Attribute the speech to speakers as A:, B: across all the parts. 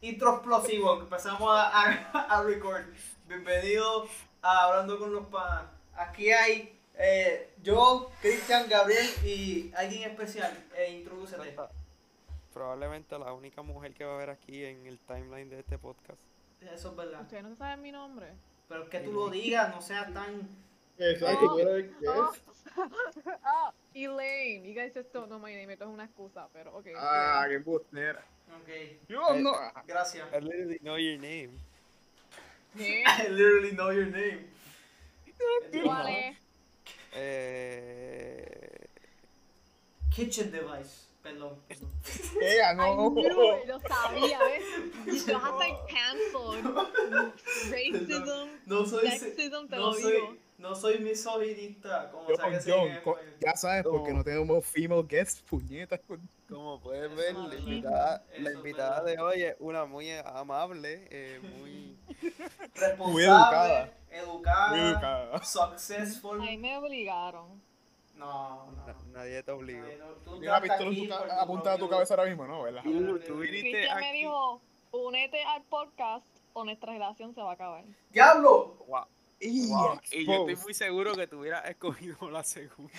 A: intro explosivo, empezamos a, a, a record. Bienvenido a Hablando con los Panas. Aquí hay eh, yo, Cristian, Gabriel y alguien especial. Eh, introdúcete.
B: Probablemente la única mujer que va a haber aquí en el timeline de este podcast.
A: Eso es verdad.
C: Ustedes no saben mi nombre.
A: Pero que tú lo digas, no sea tan.
D: Exacto,
C: Oh.
D: tú eres
C: Oh.
D: guest.
C: oh, Elaine. You guys just don't know my name. Esto es una excusa, pero ok.
D: Ah, qué bustera.
A: Ok,
D: Yo
B: Eh,
D: no.
A: gracias.
B: I literally know your name.
C: ¿Qué?
A: I literally know your name.
C: ¿Cuál es?
B: Eh,
A: Kitchen device, perdón.
D: Ella
C: I
D: eh, ah, no.
C: knew it. Lo sabía, ¿ves? Yo hasta el cancel. Racism.
A: No soy.
C: Sexism, te
A: no
C: lo
A: soy,
C: digo.
A: no soy misoginista, como sea que eh, pues.
D: John,
A: sea.
D: John, co- ya sabes por qué
B: No.
D: no tenemos female guests, puñetas.
B: como pueden
A: Eso
B: ver,
A: no
B: la
A: es
B: invitada,
A: verdad.
B: la
A: Eso es
B: invitada
A: verdad.
B: de hoy es una muy amable, eh, muy...
A: responsable,
D: Muy
A: educada,
D: educada.
C: Ah.
A: successful.
C: Ahí me obligaron.
A: No, no.
B: na- nadie te obligó.
A: Oye, no, tú
D: Tiene una
A: estás
D: pistola en tu
A: aquí
D: ca-
A: por
D: apuntada a tu
A: propio-
D: cabeza ahora mismo, ¿no? ¿Verdad?
A: Sí.
B: Tú, tú viniste
C: Cristian me
B: aquí...
C: dijo: únete al podcast o nuestra relación se va a acabar.
A: ¡Diablo!
B: Wow,
D: Y
B: wow, Y yo estoy
D: exposed.
B: muy seguro que tú hubieras escogido la segunda.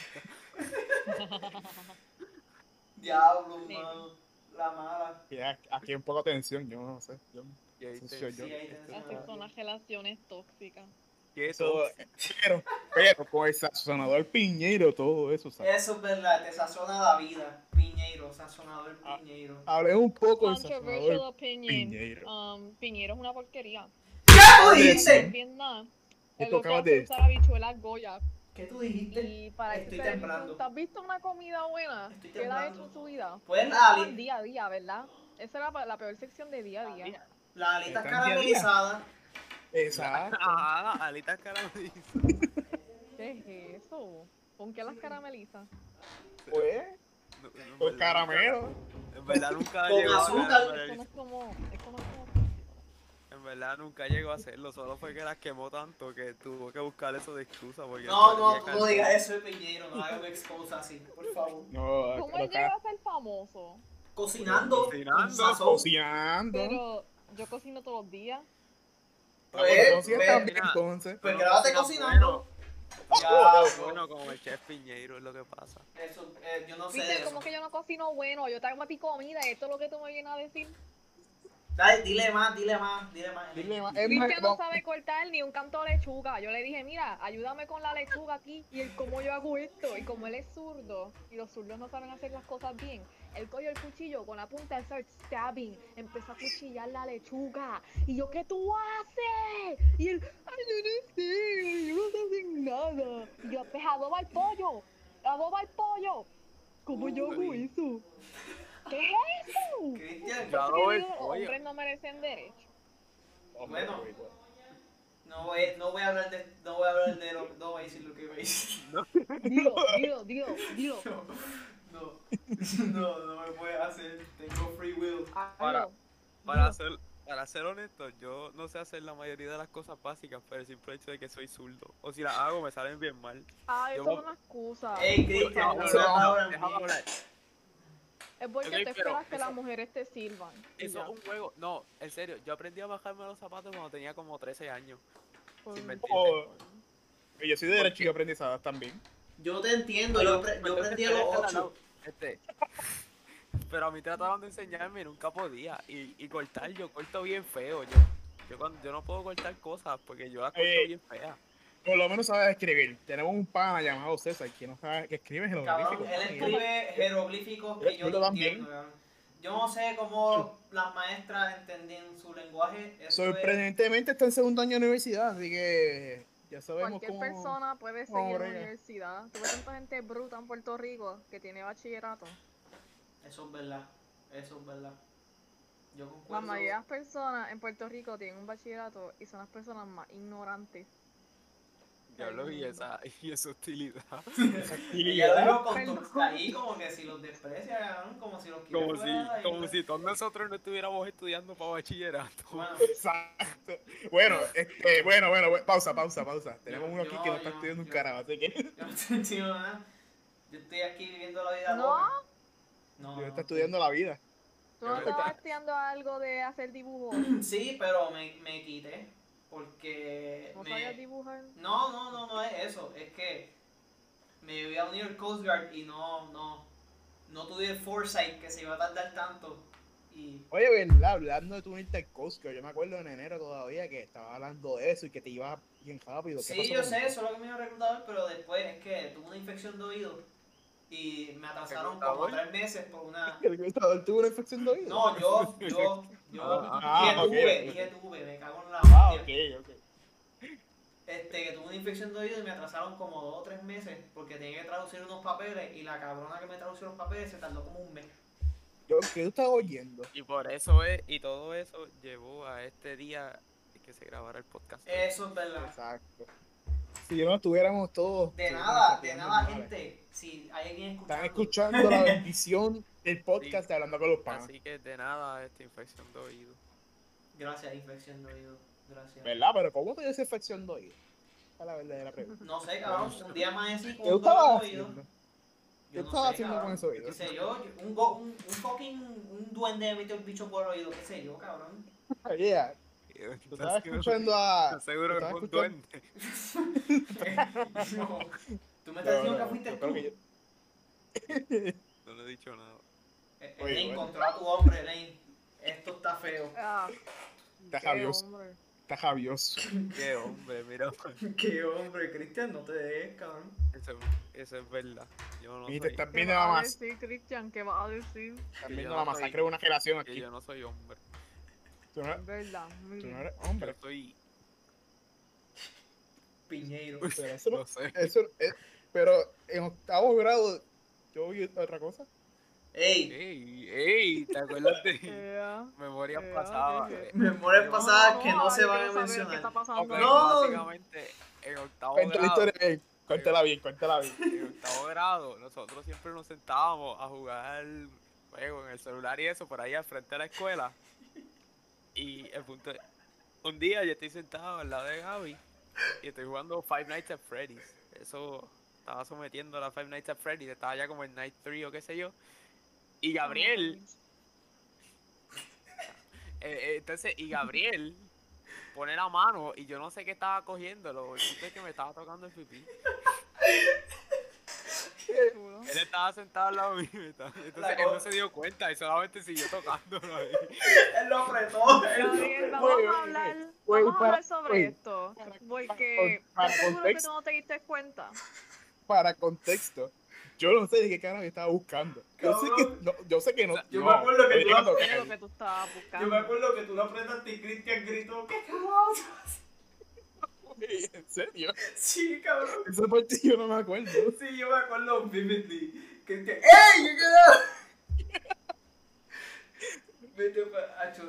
A: ¡Diablo,
C: Sí.
A: mano! La mala.
D: Y a- Aquí un poco de tensión, yo no sé. Yo...
B: Y Este, ahí te-
D: Soy
A: Sí,
D: yo.
A: ahí tenés
C: Las
A: una-
C: personas relaciones tóxicas.
B: ¿Qué
D: Todo,
B: sos?
D: pero, pero con el sazonador piñero, todo eso. ¿sabes?
C: Eh,
A: Eso es verdad, te sazona la vida. Piñeiro, sazonador
D: Ah.
A: piñeiro.
D: Hablé un poco del
C: Controversial
D: sazonador.
C: opinion.
D: Piñero.
C: Um, Piñero es una porquería.
A: ¿Qué tú
C: En
A: dijiste?
C: Vietnam,
D: Esto
C: el que
D: acabas
C: hace
D: de-
C: es usar habichuelas Goya.
A: ¿Qué tú dijiste?
C: Y para
A: Estoy
C: eso se
A: temblando.
C: ¿Tú ¿Has visto una comida buena?
A: Estoy
C: ¿Qué la ha hecho
A: temblando.
C: en su vida?
A: Pues la
C: Estaban
A: ali-
C: Día a día, ¿verdad? Esa era pa- la peor sección de día a día.
A: las alitas
D: Están día a día.
A: caramelizadas.
D: Exacto.
B: Ajá, alitas caramelizadas.
C: ¿Qué es eso? ¿Con qué las caramelizas?
D: Pues,
B: No, no, en
D: pues
B: verdad,
D: caramelo.
B: En verdad nunca
A: Con
B: llegó a
A: azúcar.
C: Eso no
B: caramelizar.
C: es como. Eso no es como.
B: En verdad nunca llegó a hacerlo, solo fue que las quemó tanto que tuvo que buscar eso de excusa. Porque
A: No, no,
B: parecía
A: tú no digas
B: cartón.
A: eso de piñeiro, no hagas un expose así, por favor.
D: No,
C: ¿Cómo
D: Ah, lo
C: él
D: ca-
C: llegó a ser famoso?
A: Cocinando.
B: Cocinando,
A: con sazón.
D: cocinando.
C: Pero yo cocino todos los días.
A: Pues,
D: Bueno, cocinas
A: pues,
D: también,
B: mira.
D: entonces.
A: Pues
B: No,
A: grábate
B: no,
A: cocinando.
B: Ah,
A: Ya,
B: bueno, como el chef Piñeiro es lo que pasa.
A: Eso, eh, yo no sé de
C: ¿Viste?
A: eso.
C: Como que yo no cocino bueno, yo te hago a ti comida, esto es lo que tú me vienes a decir.
A: Dale, dile más, dile más, dile más.
D: Dile más, es más,
C: Cristian no
D: vamos-
C: sabe cortar ni un canto de lechuga. Yo le dije, mira, ayúdame con la lechuga aquí y el cómo yo hago esto. Y como él es zurdo y los zurdos no saben hacer las cosas bien, él cogió el cuchillo con la punta, él start stabbing, empezó a cuchillar la lechuga. Y yo, ¿qué tú haces? Y él, ay, yo no sé, yo no sé hacer nada. Y yo, pues adoba el pollo, adoba el pollo. ¿Cómo yo hago
B: Uy.
C: eso? ¿Qué es eso?
A: Cristian,
B: Ya. adobo
C: Por eso que yo
B: el
C: digo, los
B: pollo.
C: hombres no merecen derecho.
A: Bueno. no voy, no voy a hablar de, no voy a hablar de lo, no voy a decir lo que iba a decir.
C: Dilo, dilo, dilo, dilo.
A: No, no, no, no me puedes hacer, tengo free will.
B: Para-
C: Para,
B: Para ser, para ser honesto, yo no sé hacer la mayoría de las cosas básicas, pero el simple hecho de que soy zurdo. O si las hago, me salen bien mal.
C: Ah,
B: yo
C: eso
B: voy-
C: es una excusa.
A: Ey,
B: Yo-
A: Cristian,
B: no,
A: no
B: no,
A: seas
B: no,
A: ahora
B: déjame
A: mismo.
B: hablar.
C: es porque
B: ok,
C: tú
B: pero
C: esperas que
B: eso-
C: las mujeres te sirvan. y
B: Eso
C: ya.
B: es un juego. No, en serio, yo aprendí a bajarme los zapatos cuando tenía como 13 años.
C: Por-
B: Sin mentirte.
D: Oh, yo soy de derecho y aprendizada también.
A: Yo te entiendo,
B: Pero-
A: yo, pre-
B: pero
A: yo
B: este
A: aprendí a los
B: era la-
A: 8.
B: este. Pero a mí trataron de enseñarme y nunca podía. Y, y cortar, yo corto bien feo. Yo, yo, cuando, yo no puedo cortar cosas porque yo las corto
D: Eh,
B: bien feas.
D: Por lo menos sabes escribir. Tenemos un pana llamado César que no sabe que escribe
A: Cabrón,
D: jeroglíficos.
A: él escribe jeroglíficos que yo
D: Yo
A: no
D: también.
A: entiendo, cabrón. Yo no sé cómo las maestras entendían su lenguaje. Eso es-
D: Sorprendentemente está en segundo año de universidad, así que ya sabemos
C: Cualquier
D: cómo.
C: persona puede
D: cómo
C: seguir en la
D: brega.
C: universidad. Tuve tanta gente bruta en Puerto Rico que tiene bachillerato.
A: Eso es verdad. Eso es verdad. Yo
C: La
A: concuerdo.
C: mayoría de las personas en Puerto Rico tienen un bachillerato y son las personas más ignorantes.
B: Diablo, y esa, y esa hostilidad.
A: Ella lo
D: Hostilidad.
A: dijo con
C: Perdón.
A: tos- ahí como que si los desprecia, cabrón, como si los quiere
B: Como si,
A: fuera de ahí,
B: como
A: pues.
B: si todos nosotros no estuviéramos estudiando para bachillerato.
A: Bueno,
D: Exacto. Bueno, este, bueno, bueno, bueno, pausa, pausa, pausa. Tenemos uno aquí que
A: yo-
D: no está
A: yo-
D: estudiando un
A: yo-
D: carajo, así que
A: yo no estoy diciendo nada. Yo estoy aquí viviendo la vida
C: No.
A: loca. No,
D: no
A: no,
D: está estudiando la vida.
C: ¿Tú no
D: Yo-
C: estabas estudiando algo de hacer dibujos?
A: Sí, pero me, me quité porque
C: ¿No
A: me-
C: sabías dibujar?
A: No, no, no, no es eso. Es que me había unido el Coast Guard y no, no, no tuve el foresight que se iba a tardar tanto. Y
D: Oye, verdad, hablando de tu unirte al Costco, yo me acuerdo en enero todavía que estaba hablando de eso y que te ibas bien rápido. ¿Qué
A: sí,
D: pasó
A: yo
D: con-
A: sé, eso es lo que me dijo el reclutador, pero después es que tuve una infección de oído y me atrasaron como
B: ¿Reclutador?
A: tres meses por una...
D: El reclutador tuvo una infección de oído.
A: No, yo, yo, yo,
D: Ah,
A: dije
D: ah, ok,
A: tuve,
D: ok.
A: dije tuve, me cago en la
D: Ah,
A: hostia.
D: ok, ok.
A: Este, que tuve una infección de oído y me atrasaron como dos o tres meses porque tenía que traducir unos papeles y la cabrona que me tradució los papeles se tardó como un mes.
D: Yo, ¿Qué tú estás oyendo?
B: Y por eso es, y todo eso llevó a este día que se grabara el podcast.
A: Eso es verdad.
D: Exacto. Si no estuviéramos todos.
A: De
D: estuviéramos
A: nada, de
D: pateando
A: nada,
D: madre.
A: gente. Si hay alguien escuchando.
D: Están escuchando la bendición del podcast de Hablando con los
A: Ah,
D: Panas.
B: Así que de nada esta infección de oído.
A: Gracias, infección de oído. Gracias.
D: ¿Verdad? Pero ¿cómo te dio esa infección de oído? Esa es la verdadera pregunta.
A: No sé, cabrón.
D: Bueno,
A: Un día amanecí con
D: ¿Qué tú
A: un dolor
D: estabas
A: de oído.
D: haciendo?
A: Yo
D: ¿Qué
A: no
D: estabas
A: sé,
D: haciendo
A: cabrón.
D: con ese oído?
A: Qué sé yo, yo- un, go- un, un fucking un duende me metió el bicho por el oído. Qué sé yo, cabrón.
D: Oye, tú estabas escuchando a.
B: Seguro que
D: estaba
B: fue un
D: escuchando-
B: duende.
A: No. Tú me estás diciendo
D: No, no,
A: que fuiste
D: yo
A: tú.
D: creo que yo-
B: No le he dicho nada.
A: Eh,
D: Oye,
A: Elaine,
D: bueno.
A: controla a tu hombre, Elaine. Esto está feo.
C: Ah,
D: Está
C: qué
D: javioso,
C: hombre.
D: está javioso.
B: Qué hombre, mira.
A: Qué hombre, Cristian, no te dejes, cabrón.
B: Eso, eso es verdad. Yo no
D: Viste,
B: soy,
D: estás
C: ¿Qué
D: viendo
C: vas
D: la,
C: a
D: mas
C: decir, Cristian? ¿Qué vas a decir?
D: estás
B: Que yo
D: viendo
B: no
D: la
B: soy-
D: masacre de una generación
B: que
D: aquí.
B: yo no soy hombre.
D: Tú no,
C: Es verdad. muy
D: tú no
C: bien.
D: eres
B: Yo
D: hombre.
B: soy.
A: Piñeiro.
D: Pero, eso no-
B: No sé.
D: eso, eh, pero en octavo grado yo vi otra cosa.
A: Ey,
B: Ey, ey, ¿te acuerdas de
C: Yeah.
B: memorias
C: Eh,
B: pasadas?
C: eh,
A: memorias
B: No,
A: pasadas que no
C: ahora
A: se
C: yo
A: van a
C: quiero saber ¿Qué está
A: mencionar.
C: pasando?
B: Pues,
A: No.
B: Básicamente, en octavo
D: Cuenta la
B: grado.
D: historia bien, cuéntala bien, cuéntala bien.
B: en octavo grado, nosotros siempre nos sentábamos a jugar juego en el celular y eso por ahí al frente de la escuela. Y el punto es, un día yo estoy sentado al lado de Gaby y estoy jugando Five Nights at Freddy's. Eso estaba sometiendo a la Five Nights at Freddy's, estaba ya como en Night 3 o qué sé yo. Y Gabriel, eh, eh, entonces, y Gabriel pone la mano y yo no sé qué estaba cogiendo, lo el punto es que me estaba tocando el pipí.
C: Chulo.
B: Él estaba sentado al lado mío. y estaba- Entonces
A: La
B: él no
A: cosa-
B: se dio cuenta y solamente siguió tocándolo ahí.
A: Él lo apretó. él lo
C: Gabriel,
A: apretó.
C: vamos
D: Oye, oye,
C: a hablar, vamos
D: oye,
C: a
D: oye, para-
C: hablar sobre
D: oye,
C: esto.
D: para-
C: Porque
D: para- para
C: estoy seguro que
D: contexto.
C: tú no te diste cuenta.
D: Para contexto, yo no sé de qué cara me estaba buscando. Yo sé que no, yo sé que no.
A: Yo
D: no,
A: me acuerdo que
D: oye,
A: tú
D: no,
A: la-
D: no,
C: ¿Qué es lo
D: no.
C: que tú estabas buscando?
A: Yo me acuerdo que tú lo apretaste y Cristian gritó, ¿qué cabrón?
D: Oye, En serio,
A: Sí, cabrón.
D: esa parte yo no me acuerdo.
A: Sí, yo me acuerdo vividly. Cristian, ¡Ey! ¡Yo quedé! Vete pa... Acho.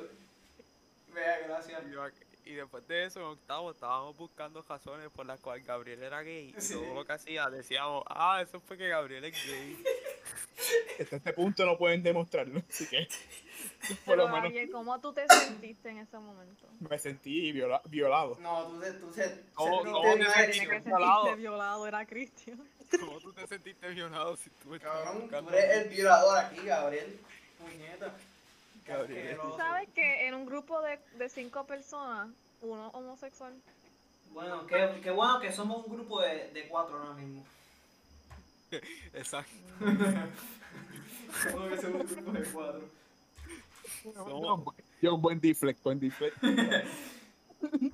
A: Vea, gracias.
B: Y yo aquí- Y después de eso, en octavo, estábamos buscando razones por las cuales Gabriel era gay. Y
A: Sí.
B: todo lo que hacía, decíamos, ah, eso fue que Gabriel es gay.
D: Hasta este punto no pueden demostrarlo, así que por
C: Pero,
D: lo menos
C: Gabriel, ¿cómo tú te sentiste en ese momento?
D: me sentí viola- violado.
A: No, tú se... Tú se
B: ¿Cómo-
A: sentiste
B: cómo
A: bien
B: te
C: el
A: mal,
C: que
B: sentiste?
C: tenía que
A: chico.
C: sentirse violado era Cristian.
B: ¿Cómo tú te sentiste violado si tú me estabas
A: Cabrón, tú
B: buscando?
A: eres el violador aquí, Gabriel. Puñeta.
B: Gabriel.
A: Asqueroso.
C: ¿Sabes que en un grupo de, de cinco personas, uno homosexual?
A: Bueno, qué, qué bueno que somos un grupo de, de cuatro ahora mismo.
B: Exacto.
A: Qué bueno que somos un grupo de cuatro.
B: Somos-
D: Yo un buen deflect, buen deflect.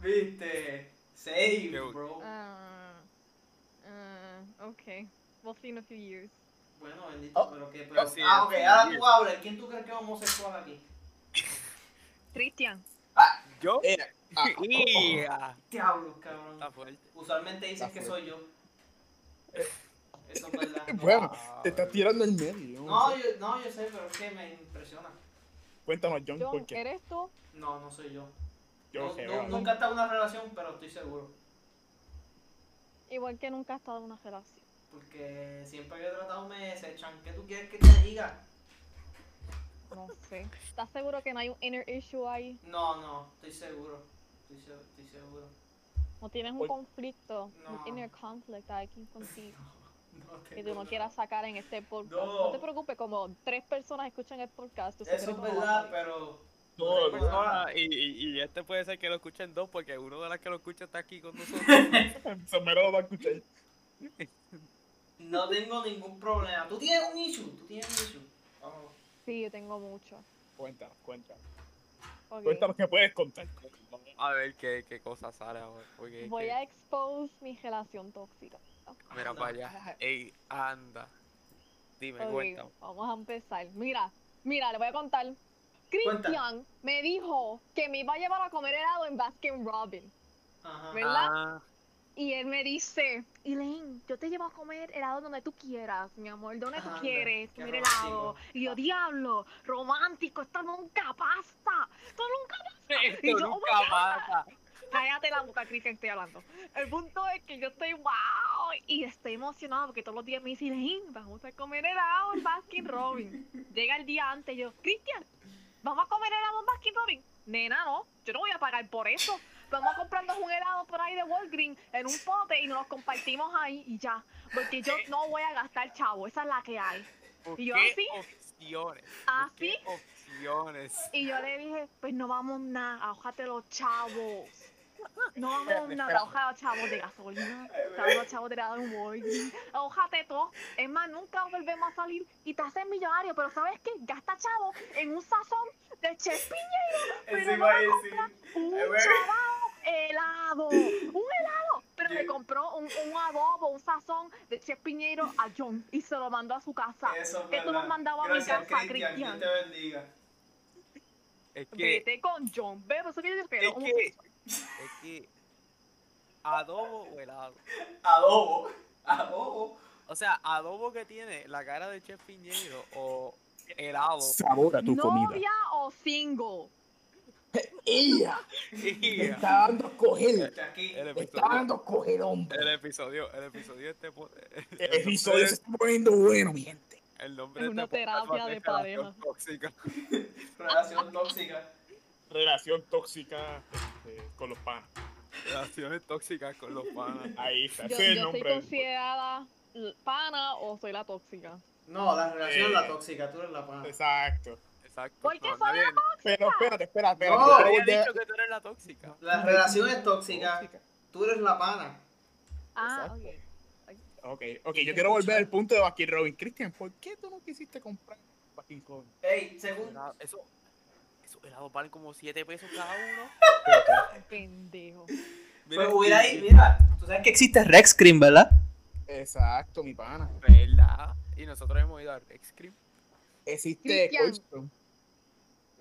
A: Viste, save,
B: Qué-
A: bro.
C: Ah, ah, ok. We'll see in a few years.
A: Bueno, bendito,
D: Oh,
A: pero que. Pero,
B: sí,
A: ah, ok,
B: sí,
A: ahora
B: sí.
A: tú hablas. ¿Quién tú crees que es homosexual aquí?
C: Cristian.
B: Yo.
D: Eh, ah,
A: ah,
B: ¡Ia!
A: Diablos, cabrón.
B: Está fuerte.
A: Usualmente dicen
D: Está
A: que
D: fuerte.
A: soy yo. Eso es verdad.
D: Bueno,
B: Ah,
D: te estás tirando el medio. yo no
A: No
D: sé.
A: yo, no, yo sé, pero es que me impresiona.
D: Cuéntanos, John,
C: John,
D: por qué.
C: ¿eres tú?
A: No, no soy yo.
D: Yo
A: Nu-
D: que
A: nu-
D: va.
A: nunca he estado en una relación, pero estoy seguro.
C: Igual que nunca has estado en una relación.
A: Porque siempre que he tratado me desechan. ¿Qué tú quieres que te diga?
C: No sé. ¿Estás seguro que no hay un inner issue ahí?
A: No, no, estoy seguro. Estoy, se- estoy seguro.
C: ¿No tienes un
D: Oye.
C: conflicto?
A: No.
C: Un inner conflict aquí contigo.
A: No
C: que
A: tengo
C: tú no
A: nada.
C: quieras sacar en este podcast. No.
A: No.
C: te preocupes, como tres personas escuchan el podcast. tu
A: Eso
C: secreto
A: es
C: no va a
A: verdad,
C: salir.
A: pero.
B: Una
A: no tengo nada.
B: persona, y, y, y este puede ser que lo escuchen dos, porque uno de las que lo escucha está aquí con nosotros.
D: Somero lo va a escuchar.
A: No tengo ningún problema. Tú tienes un issue, tú tienes un issue. Vamos.
C: Sí, yo tengo mucho.
D: Cuenta, cuenta.
C: Ok.
D: Cuenta lo que puedes contar.
B: A ver qué, qué cosa sale ahora. porque es
C: Voy
B: que-
C: a expose mi relación tóxica.
B: Mira
A: No.
B: para allá. Ey, anda. Dime,
C: Ok,
B: cuéntame.
C: vamos a empezar. Mira, mira, le voy a contar.
A: Cuenta.
C: Christian me dijo que me iba a llevar a comer helado en Baskin Robin.
A: Ajá.
C: Ve- ¿Verdad?
B: Ah,
C: Y él me dice, Elaine, yo te llevo a comer helado donde tú quieras, mi amor, donde tú
A: Anda,
C: quieres,
A: qué
C: comer helado.
A: romántico.
C: Y yo, diablo, romántico, esto nunca pasa. Esto nunca
B: esto
C: yo, oh my
B: nunca
C: God.
B: pasa.
C: Cállate la boca, Cristian, estoy hablando. El punto es que yo estoy wow y estoy emocionada porque todos los días me dicen, "Ey, vamos a comer helado en Baskin Robin. Llega el día antes, yo, Cristian, vamos a comer helado en Baskin Robin. Nena, no, yo no voy a pagar por eso. Vamos a comprarnos un helado por ahí de Walgreens en un pote y nos los compartimos ahí y ya. Porque yo no voy a gastar chavo, esa es la que hay. Y yo
B: Busqué
C: así. Ah,
B: Opciones.
C: Así.
B: busqué Opciones.
C: Y yo le dije, pues no vamos nada, ahójate los chavos. No vamos nada, ahójate los chavos de gasolina, ahójate los chavos de la de Walgreens, ahójate todo. Es más, nunca volvemos a salir y te haces millonario, pero ¿sabes qué? Gasta chavos en un sazón de chepiña
A: Ese
C: Pero
A: iba a
C: no
A: decir.
C: un
A: Eh, bueno.
C: chavao helado, un helado. Pero
A: Yo-
C: le compró un, un adobo, un sazón de Chef Piñero a John y se lo mandó a su casa.
A: Eso es
C: que tú
A: verdad.
C: nos mandabas a mi
A: Gracias,
C: casa,
A: Cristian. Dios
C: Cristian.
A: te bendiga.
B: Es que,
C: Vete con John, ve, por eso que yo te espero.
B: es
C: un-
B: que, es que, adobo o helado.
A: Adobo. Adobo.
B: O sea, adobo que tiene la cara de Chef Piñero o helado.
D: Sabor a
C: ¿Novia o single?
D: Ella
B: Y
D: le está dando a coger.
A: Aquí.
B: el
D: Le está
B: episodio,
D: dando a coger, hombre.
B: el episodio, el episodio de este po-
D: El episodio se está poniendo bueno, mi gente.
B: el nombre
C: Es
B: de este
C: una
B: podcast va a
C: terapia
B: ser
C: de
B: relación
C: pareja.
B: tóxica.
A: Relación tóxica.
D: Relación tóxica este, con los panas.
B: Relaciones tóxicas con los panas.
D: Ahí está.
C: Yo,
D: ese es el
C: yo soy
D: nombre. del-
C: considerada l- pana o soy la tóxica.
A: No, la relación es
D: Eh.
A: la tóxica, tú eres la pana.
D: Exacto.
B: Exacto.
C: ¿Por qué
B: no,
C: son
B: nadie-
D: Pero
C: Ah.
D: espérate, espérate.
A: No,
D: espérate.
B: nadie
D: Voy
B: ha
D: de-
B: dicho que tú eres la tóxica.
A: La relación es tóxica, tú eres la pana.
C: Ah,
D: Exacto.
C: ok.
D: Ok, ok, yo quiero volver al punto de Baskin Robin. Cristian, ¿por qué tú no quisiste comprar Baskin Robin?
A: Ey, según.
B: Helado- Eso, esos helados valen como 7 pesos cada uno.
C: Pendejo.
A: Pues
B: Mira,
A: hubiera
B: y-
A: ahí, mira, tú sabes que existe Rex Screen, ¿verdad?
D: Exacto, mi pana.
B: ¿Verdad? Y nosotros hemos ido a Rex Cream.
D: Existe
C: Cristian.
D: Coldstone.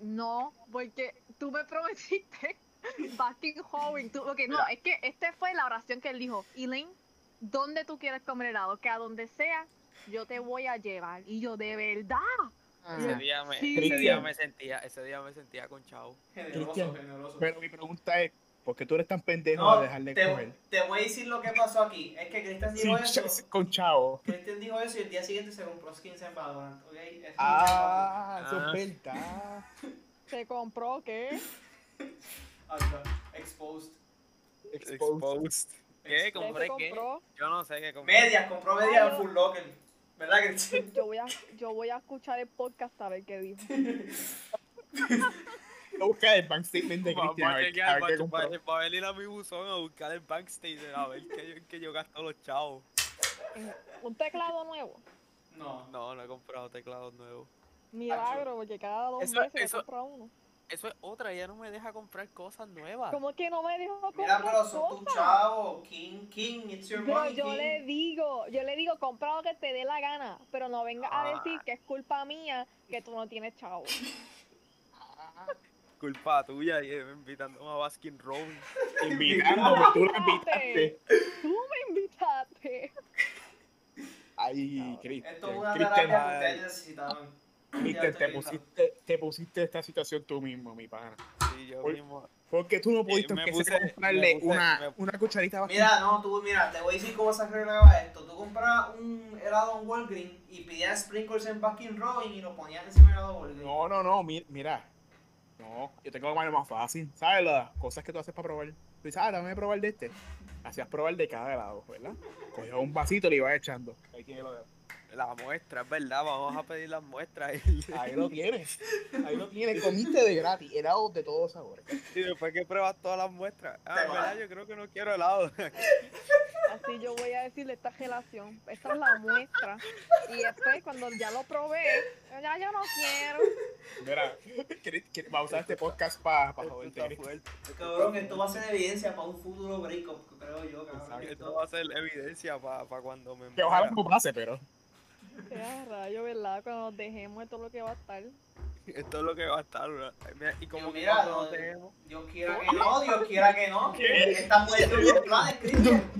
C: No, porque tú me prometiste Baskin Robin. Tú, ok, no, es que esta fue la oración que él dijo. Elaine, ¿dónde tú quieres comer helado? Que a donde sea, yo te voy a llevar. Y yo, de verdad.
B: Ese
D: Ah,
B: día me,
C: Sí.
B: ese día
D: Cristian.
B: me sentía, ese día me sentía con chavo.
A: Generoso,
D: Cristian,
A: generoso.
D: pero mi pregunta es, ¿por qué tú eres tan pendejo
A: No,
D: de dejarle
A: te,
D: coger?
A: te voy a decir lo que pasó aquí. Es que Cristian dijo
D: Sí,
A: eso.
D: ch- con chavo.
A: Cristian dijo eso y el día siguiente se compró skins en Valorant, ¿ok? Eso es
D: Ah,
B: Ah.
D: eso es verdad.
C: ¿Se compró qué?
A: muy fácil. Ah, está. Exposed.
D: Exposed.
B: ¿Qué?
A: Exposed.
B: Compré
C: ¿Se
B: qué?
C: compró?
B: Yo no sé qué compré.
A: Medias, compró medias en Full Locker. ¿Verdad, Cristian?
C: Yo voy, a, yo voy a escuchar el podcast a ver qué dijo.
D: Voy a buscar el bank statement de
B: Va- va
D: Cristian a
B: a
D: ver, a
B: llegar,
D: ver qué
B: va-
D: compró.
B: va- va a venir a mi buzón a buscar el backstage a ver que yo, que yo gasto los chavos.
C: Un teclado nuevo.
A: No.
B: No, no he comprado teclados nuevos.
C: Milagro, porque cada dos
B: Eso-
C: meses me
B: eso-
C: compra uno.
B: Eso es otra, ella no me deja comprar cosas nuevas.
C: Como que no me dijo
A: Mira,
C: comprar
A: pero son tus
C: cosas.
A: chavos. King, King, it's your
C: Pero
A: money,
C: yo le
A: King.
C: digo, yo le digo, compra lo que te dé la gana, pero no venga a
B: Ah.
C: decir que es culpa mía que tú no tienes chavo.
B: Culpa tuya y eh, invitándome a Baskin Robbins.
D: Invitándome, tú lo invitaste.
C: Tú me invitaste.
D: Ay,
A: Esto es
D: Cristian,
A: una terapia
D: Cristian,
A: que ustedes necesitaban. Ya
D: Cristian,
A: estoy
D: te
A: viendo.
D: pusiste, te pusiste esta situación tú mismo, mi pana.
B: Sí, yo
D: Ol-
B: mismo.
D: Porque tú no pudiste
B: Eh, me
D: empezar
B: puse-
D: a comprarle
B: me puse-
D: una,
B: me-
D: una cucharita de
A: Mira, no, tú, mira, te voy a decir cómo se arreglaba esto. Tú comprabas un helado en Walgreens y pedías sprinkles en Baskin Robin y lo ponías encima del helado Walgreens.
D: No, no, no, mi- mira. No, yo tengo que manera más fácil. ¿Sabes las cosas que tú haces para probar? Tú dices, ah, dame probar de este. hacías probar de cada lado, ¿verdad? Cogías un vasito y le ibas echando. Ahí tiene lo de-
B: La muestra, es verdad, vamos a pedir las muestras. Y,
D: Ahí lo tienes. Ahí lo tienes. Comiste de gratis. Helados de todos sabores.
B: y después que pruebas todas las muestras. Ah,
A: Te
B: en verdad,
A: vas.
B: yo creo que no quiero helado.
C: Así yo voy a decirle esta relación. Esta es la muestra. Y después, cuando ya lo probé, ya yo no quiero.
D: Mira, ¿quieres- quieres- vamos a usar este podcast para pa
B: Esto está
D: joderte.
B: fuerte.
A: Cabrón, esto va a ser evidencia para un futuro breakup, creo yo, cabrón. que
B: Esto
A: todo-
B: va a ser evidencia para cuando me
D: Que ojalá
B: muera.
D: no pase, pero.
C: Ya, rayo, ¿verdad? Cuando nos dejemos, esto es lo que va a estar.
B: Esto es lo que va a estar. ¿verdad? Mira, Y como
A: Dios,
B: que
A: mira,
B: cuando
A: no,
B: nos dejemos-
A: Dios quiera que no, Dios quiera que no. Están muertos los planes, Cristian.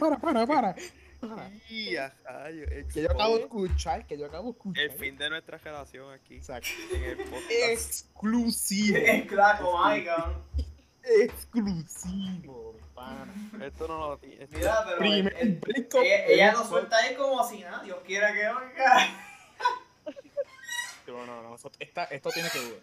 D: Para, para, para. para.
B: Y a rayo,
D: Que yo acabo de
B: expone
D: escuchar, que yo acabo de escuchar.
B: El fin de nuestra relación aquí.
D: Exacto.
B: En el podcast.
D: Exclusivo.
A: Claro, ay, cabrón.
D: Exclusivo, mi pana.
B: Esto no lo tiene. esto-
A: Mira, pero el-
D: Primer
A: el-
D: breakup
A: ella, ella
D: en
A: lo
D: un
A: suelta ahí como si nada. Dios quiera que no. cabrón.
D: podcast. No, no, no. eso- esta- esto tiene que durar.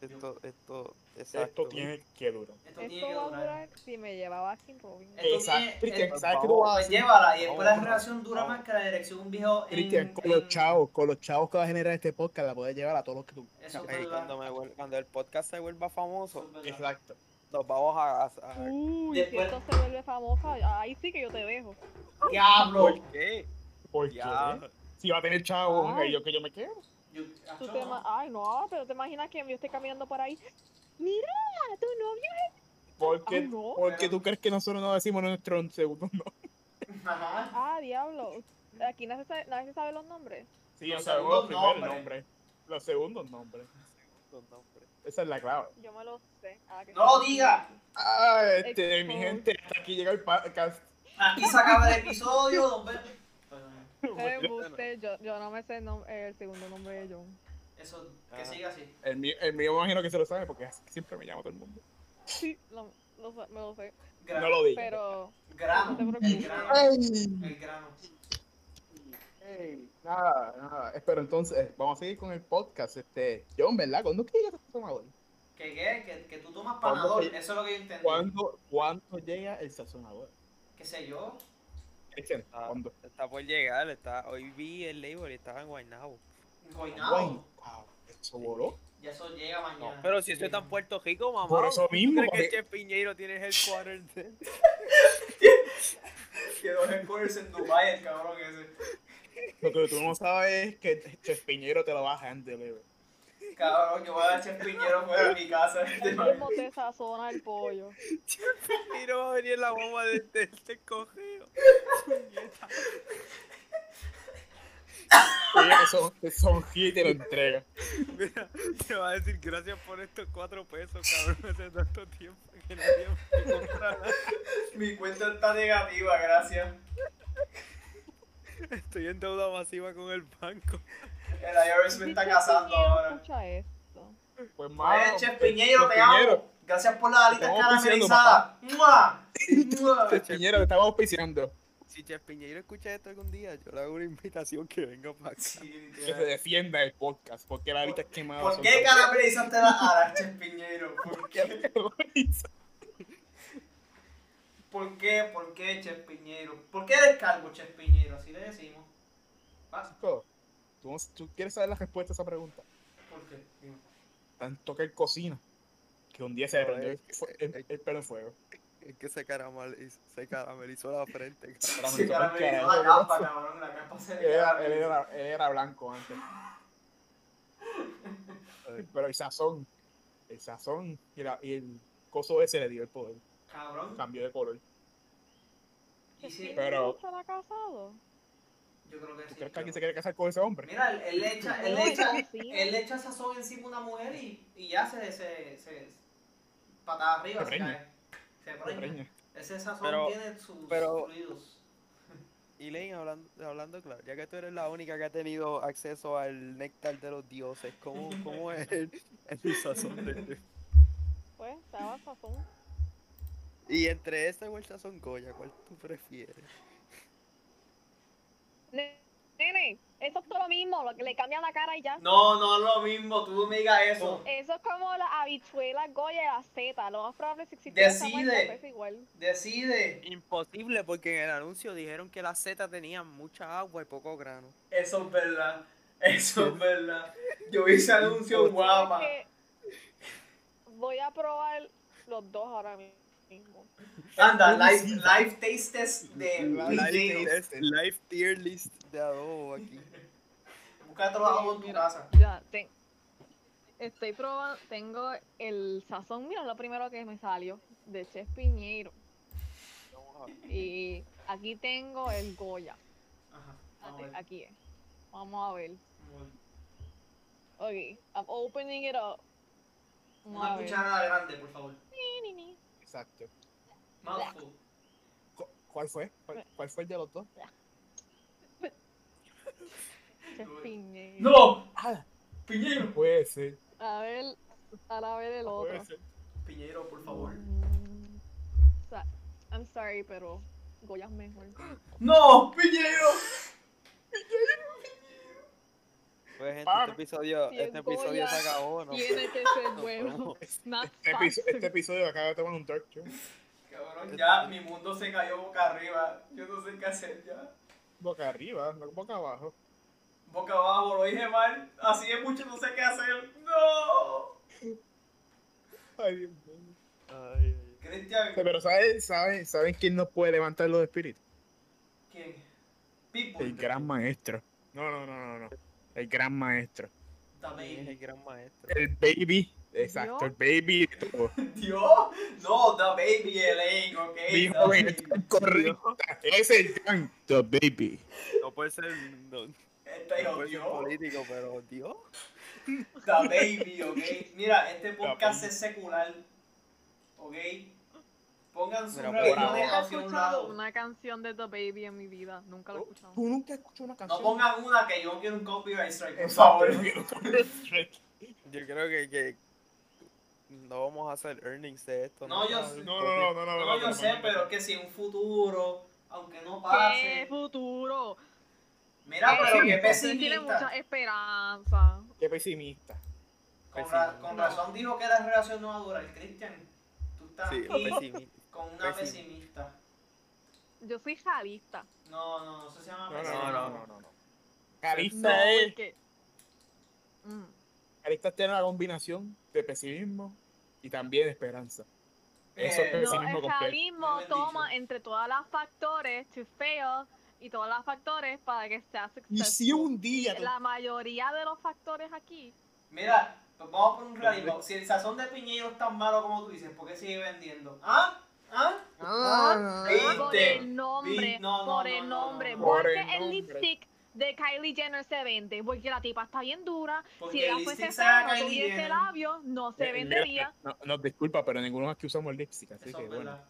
B: Esto, esto, exacto.
D: Esto tiene que durar.
A: Esto tiene que
C: Esto va a
A: durar.
C: durar si me llevaba sin Robin.
A: Eh, Esto
D: Exacto.
A: tiene-
D: Cristian,
A: esto-
D: ¿sabes qué tú vas a
A: Pues
D: hacer?
A: llévala y después la
D: Vamos,
A: relación dura
D: vamos.
A: más que la dirección de un viejo. en-
D: Cristian, con
A: en-
D: los chavos, con los chavos que vas a generar este podcast, la puedes llevar a todos los que tú
A: Eso
B: Ey,
A: es
B: cuando,
A: verdad.
B: me vuel- cuando el podcast se vuelva famoso,
A: Eso es verdad.
D: Exacto.
B: nos vamos a. a- a-
C: Uy,
A: Después-
C: si esto se vuelve famosa, ahí sí que yo te dejo.
A: Diablo.
B: ¿Por qué?
D: Porque
B: Ya.
D: si va a tener chavos,
A: Ah.
C: Ay.
D: y yo que yo me quedo.
A: Yo-
C: Tú
A: acho,
C: te
A: no.
C: ma- Ay, no, pero te imaginas que yo esté caminando por ahí. Mira, tu novio.
D: Porque,
C: Ay, no.
D: porque
A: Pero-
D: tú crees que nosotros no decimos nuestro segundo no.
A: Ajá.
C: Ah, diablo. Aquí nadie sabe, nadie sabe los nombres.
D: Sí,
A: Los
D: o sea, los
A: segundos
D: primeros
A: nombres.
D: nombres. Los segundos nombres.
B: Los nombres.
D: Esa es la clave.
C: Yo me lo sé. Ah, que
A: No lo diga.
D: Ah, este, mi
C: Expo-
D: gente, hasta aquí llega el podcast.
A: Aquí se acaba el episodio. don Ben. Perdón.
C: Eh, embuste, yo, yo no me sé el, nom- el segundo nombre de John.
A: Eso, que
B: Ajá.
A: siga así.
D: El mío, el mío me imagino que se lo sabe porque así siempre me llama todo el mundo.
C: Sí, lo, lo sé- me lo sé.
A: Grano.
D: No lo digas.
C: Pero
A: Grano.
C: No te
A: El
C: preocupes.
A: grano.
D: Ay,
A: El grano.
D: ey, nada, nada. Eh, Pero entonces, vamos a seguir con el podcast. Este, John, ¿verdad? ¿Cuándo es que llega este tomador?
A: ¿Qué qué? Que, que tú tomas
D: ¿Cuándo
A: panadol.
D: te-
A: Eso es lo que yo entendí.
D: ¿Cuándo, ¿Cuándo llega el sazonador?
A: ¿Qué sé yo?
D: Cristian,
B: Ah.
D: ¿cuándo?
B: Está por llegar. Está, hoy vi el label y estaba en Guaynabo.
A: Guaynabo.
D: Guau, eso voló.
A: Ya eso llega
B: No,
A: mañana.
B: pero si eso está en Puerto Rico, mamá.
D: Por eso mismo, eh.
B: ¿Tú crees que
D: porque-
B: Che Piñeiro tiene headquarters?
A: Que los headquarters en Dubai, el cabrón ese.
D: Lo que tú no sabes es que Chespiñero te lo baja en delivery.
A: Cabrón, yo voy a echar piñero fuera de mi casa. este
C: él mismo te sazona el pollo.
B: Che Piñeiro va a venir en la bomba de, de este cogeo.
D: Oye, eso, son hit y te lo entrega.
B: Mira, te va a decir gracias por estos cuatro pesos, cabrón. Hace tanto tiempo que no había comprado nada.
A: Mi cuenta está negativa, gracias.
B: Estoy en deuda masiva con el banco.
A: El IRS Pues me está
C: Dice
A: casando
C: Piñero,
A: ahora.
C: Escucha esto.
D: Pues malo.
A: Oye, Chef Piñero, te amo. Gracias por las alitas
D: estamos auspiciando,
A: caramelizadas. ¡Mua! ¡Mua!
D: Chef Piñero, te estaba auspiciando.
B: Si Che Piñeiro escucha esto algún día, yo le hago una invitación que venga para acá.
A: Sí,
D: Que se
A: tía.
D: defienda el podcast, porque la ahorita es quemada.
A: ¿Por qué caramelizaste las alas, Chef Piñero? ¿Por qué? ¿Por qué? ¿Por qué, Chef Piñero? ¿Por qué descargo, Chef Piñero? Así le decimos. ¿Pasa?
D: ¿Tú, no- tú quieres saber la respuesta a esa pregunta?
A: ¿Por qué? Dime.
D: Tanto que él cocina, que un día se le prendió el, fue- el- el pelo en fuego.
B: Es que se caramelizó, se caramelizó la frente. cabrón.
A: Se caramelizó la
D: Caramelizó.
A: capa, cabrón. La capa se
D: Él
A: le
D: era, él,
A: caramelizó.
D: era, él era blanco antes. Pero el sazón, el sazón y, la- y el coso ese le dio el poder.
A: Cabrón.
D: Cambió de color.
A: Y sí,
D: Pero-
C: ¿Estará casado?
A: yo creo que
D: ¿Tú
A: sí.
D: crees que alguien
A: cabrón.
D: se quiere casar con ese hombre?
A: Mira, él, él le echa, él
C: No,
A: le echa,
C: él cocina.
A: él le echa sazón encima a una mujer y, y ya se, se, se, patada arriba,
D: Se
A: se,
D: preña.
A: cae. Se
D: Qué
A: preña.
D: preña.
A: Ese sazón
B: Pero-
A: tiene sus
B: pero-
A: fluidos.
B: Elaine, hablando, hablando claro, ya que tú eres la única que ha tenido acceso al néctar de los dioses, ¿cómo, cómo es el, el sazón de
C: Pues, estaba sazón.
B: Y entre este ese o el sazón Goya, ¿cuál tú prefieres?
C: Ne- Nene, eso es todo lo mismo, lo que le cambian la cara y ya.
A: No, no es lo mismo, tú no me digas
D: Oh.
A: eso.
C: Eso es como las habichuelas, goya y la seta. Lo más probable es que existiera esa
A: Decide.
C: muerte, pues, igual.
A: Decide,
B: Imposible, porque en el anuncio dijeron que las setas tenían mucha agua y poco grano.
A: eso es verdad, eso es verdad. Yo vi ese anuncio en guapa.
C: Porque Voy a probar los dos ahora mismo.
A: Anda, live, live taste test de
D: Live
A: PJ.
D: taste.
B: Live tier list de adobo aquí.
A: Busca trabajo en tu casa.
C: Ya, te- estoy probando, tengo el sazón, mira, es lo primero que me salió, de Chef Piñeiro. Y aquí tengo el Goya.
A: Ajá, vamos a
C: Espérate,
A: ver,
C: Aquí es. Vamos a ver.
A: vamos a ver.
C: Ok, I'm opening it up. Vamos
A: Una
C: a ver.
A: cucharada grande, por favor.
C: Ni, ni, ni.
D: Exacto.
A: Mouthful.
D: Cu- ¿Cuál fue? ¿Cuál, cuál fue el de los dos?
C: Chef Piñeiro.
A: ¡No!
D: Ah,
A: Piñero.
D: puede ser.
C: A ver, a la vez el otro.
D: Ah, Puede ser.
A: Piñero, por favor.
C: Mm, o sea, I'm sorry, pero Goya es mejor.
A: ¡No! ¡Piñero!
B: Pues gente,
D: Ah.
B: este episodio,
C: Si es
B: este episodio
C: Goya,
B: se acabó, ¿no?
C: Tiene que ser
B: Nos
C: bueno.
B: fuimos.
C: Not
D: Este, episodio,
C: fast.
D: este episodio acaba de tomar un dark turn. Este
A: Cabrón, ya mi mundo se cayó boca arriba. Yo no sé qué hacer ya.
D: Boca arriba, no boca abajo.
A: Boca abajo, lo dije mal. Así es mucho, no sé qué hacer. ¡No!
D: Ay, Dios mío.
B: Ay, ay.
A: Cristian,
D: Pero ¿saben, saben, ¿saben quién nos puede levantar los espíritus?
A: ¿quién? People.
D: El gran maestro. No, no, no, no, no. El gran maestro.
B: Es el
A: También.
B: gran maestro.
D: El baby. Exacto, el baby de todo.
A: Dios, no, the baby Elaine, ok.
D: Mi
A: the
D: joven,
A: baby.
D: está correcta. Es el gran The Baby.
B: No puede ser, no, no
A: Este hijo,
B: puede ser
A: Dios.
B: político, pero Dios.
A: The Baby, ok. Mira, este podcast
D: Baby.
A: es secular, ok. Pongan sus
B: Mira, por
A: religiones
C: Nunca he
A: hacia un
C: escuchado
A: lado.
C: una canción de The Baby en mi vida. Nunca la he escuchado.
D: Oh, Tú nunca escuchado una
A: No
D: canción.
A: pongan una que yo quiero un copyright strike, por
D: Exacto,
A: favor.
D: yo quiero copyright.
B: Yo creo que, que no vamos a hacer earnings de esto.
A: No, yo-
B: ¿Sabes?
D: No, no, no, no, no.
A: No,
D: no,
A: yo
D: no,
A: sé,
D: no,
A: pero
D: no.
A: es que si en un futuro, aunque no
C: ¡Qué
A: pase.
C: futuro!
A: Mira, pero qué
C: Usted tiene
A: pesimista.
C: mucha esperanza.
D: Qué pesimista.
A: Con, ra- con razón dijo que la relación no va a durar. Cristian, tú estás
B: Sí,
A: aquí
B: pesimista.
A: con una
B: pésimo.
A: pesimista.
C: Yo soy realista.
A: No, no, no, eso se llama
D: No, no,
A: pesimista.
D: no, no, no, no, no. Calista,
C: No,
B: Sí.
C: porque... Mm.
D: Calista tiene una combinación de pesimismo y también esperanza. Eso
A: Eh,
D: es
C: No,
D: Pesimismo
C: el
D: completo.
A: Muy
C: realismo
A: bien
C: toma
A: dicho.
C: entre todas las factores to fail y todas las factores para que sea successful.
D: Y si un día.
C: La mayoría de los factores aquí,
A: Mira, pues vamos por un realismo. Si el sazón de piñeiro es tan malo como tú dices, ¿por qué sigue vendiendo? ¿Ah? ¿Ah?
D: Ah,
C: por
A: Viste.
C: el nombre,
A: Vi- no, no,
C: por
A: no, no,
C: el
A: no,
C: nombre,
A: no.
D: Por
C: porque
D: el
C: el
D: nombre.
C: lipstick de Kylie Jenner se vende, porque la tipa está bien dura,
A: Porque
C: si ella
A: el
C: fuese
A: lipstick sabe a
C: fea, no
A: Kylie
C: tuviese
A: Jenner.
C: labios, no se
D: eh,
C: vendería,
D: No, no, disculpa, pero ninguno aquí usamos lipstick, así
A: Eso
D: que
A: es verdad.
D: bueno.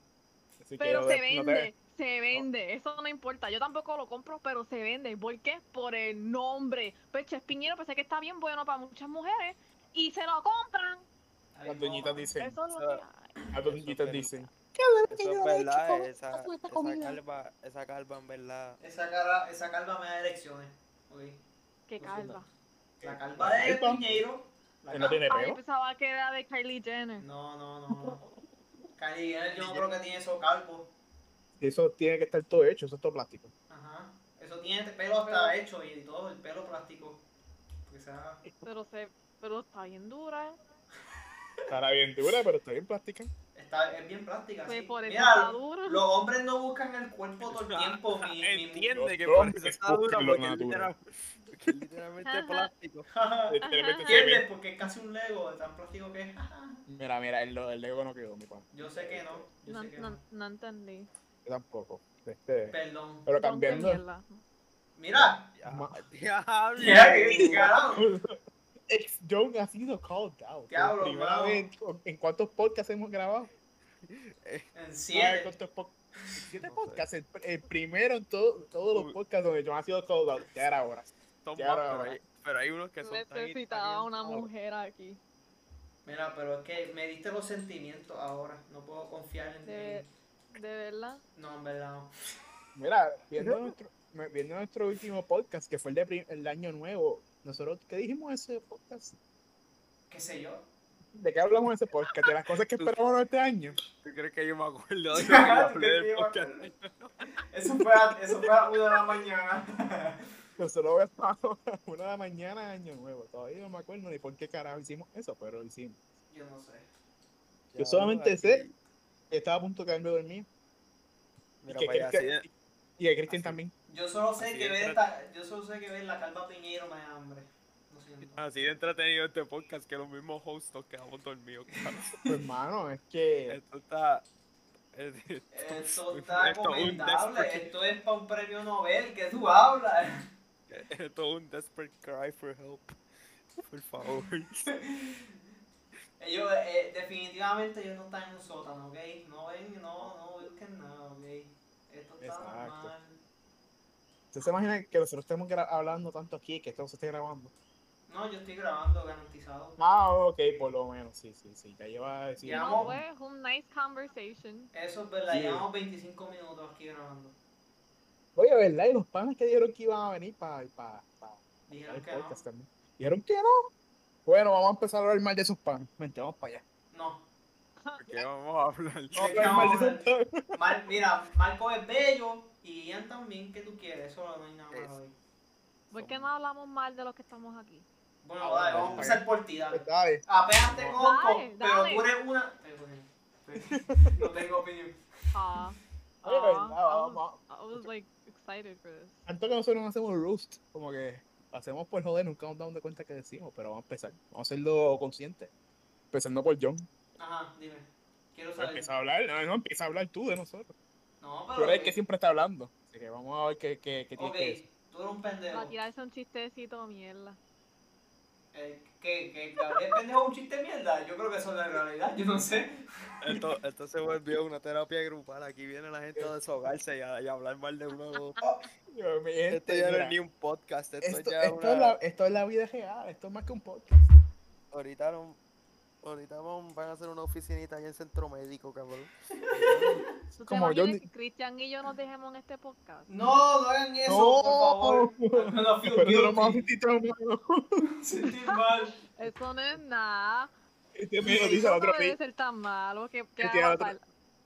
D: Así que
C: pero
D: no
C: se
D: te- no te-
C: vende, se vende, eso no importa, yo tampoco lo compro, pero se vende, ¿por qué? Por el nombre, Peche Piñero pensé que está bien bueno para muchas mujeres, y se lo compran,
A: Ay,
D: Las doñitas
A: no.
D: dicen,
C: eso es lo
B: o sea,
C: que hay.
D: las doñitas dicen.
B: Eso es verdad, esa, esa calva, esa calva en verdad.
A: Esa, cara, esa calva me da erecciones. ok.
C: Qué
A: Lo siento.
C: calva.
A: La calva de
D: calva.
A: Piñeiro. la
D: Que no tiene
C: Ah, yo
D: peo.
C: pensaba que era de Kylie
D: Mm.
C: Jenner.
A: No, no, no. no. Kylie Jenner, yo no creo que tiene eso calvo.
D: Eso tiene que estar todo hecho, eso es todo plástico.
A: Ajá. Eso tiene este pelo hasta hecho y todo, el pelo plástico. Quizá.
C: Pero se, pero está bien dura.
D: Estará bien dura, pero está bien plástica.
A: Está, es bien plástica.
C: Pues
A: sí.
C: por eso
A: Mira,
C: está dura.
A: los hombres no buscan el cuerpo todo el
B: Ah,
A: tiempo. mi, mi-
B: Entiende que
D: Los
B: por eso
D: hombres
B: está duro,
D: buscan lo
B: porque,
D: natural.
B: literal, porque es literalmente
C: Ajá.
B: plástico.
D: Literalmente se
A: ¿Entiendes?
D: ve.
A: Porque es casi un Lego de tan plástico que es.
D: Mira, mira, el, el Lego no quedó, mi pan.
A: Yo sé que no. Yo
C: No,
A: sé que
C: no,
A: no.
C: no entendí.
D: Yo tampoco. Este,
A: Perdón.
C: Tonto de
D: pero cambiando.
C: mierda.
A: Mira.
D: Ma-
B: Diablo.
A: Mira que carajo.
D: Ex John ha sido called out.
A: Diablo,
D: Por primera
A: mano.
D: vez, ¿en- ¿En cuántos podcasts hemos grabado?
A: En
D: Ah, ¿en
A: siete.
D: cuántos po- siete
B: No sé.
D: podcasts. El, el primero en todo- todos los
B: Uy.
D: podcasts donde John ha sido called out. Ya era hora.
B: Son
D: Ya
B: más,
D: era
B: pero
D: hora.
B: hay, pero hay unos que son tan
C: Necesitaba una
B: inalientables.
C: mujer aquí.
A: Mira, pero es que me diste los sentimientos ahora. No puedo confiar en
C: De,
A: ti.
C: de verdad.
A: No, en verdad no.
D: Mira, viendo nuestro, me- viendo nuestro último podcast, que fue el de prim- el año nuevo, nosotros, ¿qué dijimos en ese podcast?
A: ¿Qué sé yo?
D: ¿De qué hablamos en ese podcast? ¿De las cosas que
B: Tú-
D: esperábamos este año?
B: ¿Tú crees que yo me acuerdo de lo que
A: ¿Tú
B: hablé
A: crees que
B: del
A: yo me
B: podcast?
A: acuerdo? Eso fue a, eso fue a una de la mañana.
D: Nosotros hablamos a una de la mañana de año nuevo. Todavía no me acuerdo ni por qué carajo hicimos eso, pero lo hicimos.
A: Yo no sé.
D: Yo solamente sé que estaba a punto de caerme dormido.
B: Mira,
D: que
B: vaya,
D: crezca-
B: así de-
D: Y a Cristian
B: Así.
D: también.
A: Yo solo sé
B: Así
A: que
B: es,
A: ver
B: pero-
A: esta, yo solo sé que ver la calva Piñero me da hambre. Lo siento.
B: así de entretenido este podcast que los mismos hosts nos quedamos dormidos. claro.
D: Pues, hermano, es que.
B: Esto está. es-
A: Esto está
B: Esto es un
A: comentable,
B: despertar.
A: esto es para un premio Nobel, que tú hablas?
B: Esto es un desperate cry for help. Por favor.
A: Ellos eh, definitivamente ellos no están en un sótano, ¿ok? No ven, no, no busquen nada, ¿ok? Esto está
D: Exacto.
A: normal.
D: ¿Usted se imagina que nosotros estamos gra- hablando tanto aquí que esto se esté grabando?
A: No, yo estoy grabando garantizado.
D: Ah, ok, por lo menos, sí, sí, sí. Ya lleva a decir.
A: Ya.
C: No,
A: Vamos.
C: fue un nice conversation.
A: Eso es verdad,
D: Sí.
A: llevamos 25 minutos aquí grabando.
D: Oye, ¿verdad? Y los panes que dijeron que iban a venir para pa, pa,
A: Dijeron
D: el
A: que no.
D: podcast también. Dijeron que no. Bueno, vamos a empezar a hablar mal de esos panes. Vente, vamos para allá.
A: No.
B: ¿Por qué vamos a hablar?
A: No,
D: Vamos a hablar mal de esos panes.
A: Mar- mira, Marco es bello y Ian también, que tú quieres? Eso no hay nada
B: Es-
A: malo hoy.
C: ¿Por qué no hablamos mal de los que estamos aquí?
A: Bueno, dale, vamos a empezar por ti, dale.
D: Pues, dale.
A: Apéate
B: Dale,
A: con, con- pero
C: dale.
A: tú eres una. pues, No tengo opinión.
C: Ah,
D: Oye,
C: ah,
D: ¿verdad?
C: I, was,
D: Vamos.
C: I was like excited for this.
D: Tanto que nosotros no hacemos roast, como que hacemos por joder, nunca nos damos de cuenta que decimos, pero vamos a empezar. Vamos a hacerlo consciente. Empezando por John.
A: Ajá, dime. Quiero
D: Pues
A: saber.
D: Empieza a hablar, no, no, empieza a hablar tú de nosotros.
A: No,
D: Tú
A: pero.
D: eres el que siempre está hablando. Así que vamos a ver qué, qué, qué tienes
A: Ok,
D: que decir.
A: tú eres un pendejo.
C: Para tirarse un chistecito, mierda.
A: Eh, que, que Gabriel pendejo es un chiste de mierda. Yo creo que eso es la realidad, yo no sé.
B: Esto, esto se volvió una terapia grupal. Aquí viene la gente a desahogarse y a, y a hablar mal de uno. de otro.
D: Yo, mi gente,
B: Esto ya no
D: mira,
B: es ni un podcast. Esto,
D: esto,
B: ya es
D: esto
B: una-
D: es la, esto es la vida real, esto es más que un podcast.
B: Ahorita no- Ahorita vamos- van a hacer una oficinita ahí en Centro Médico, cabrón.
C: ¿Tú te
D: Como yo
C: imaginas
D: ni-
C: que Cristian y yo nos dejemos en este podcast?
A: No, no hagan eso,
D: No.
A: por favor. No, no,
D: Pero no vamos a
A: guilty.
D: sentir tan malo.
A: Sentir mal.
C: Eso no es nada.
D: Este me lo dice el otro
C: no
D: día.
C: debe ser tan malo. que que
D: Yo
C: haga
D: te hago otro-
C: mal.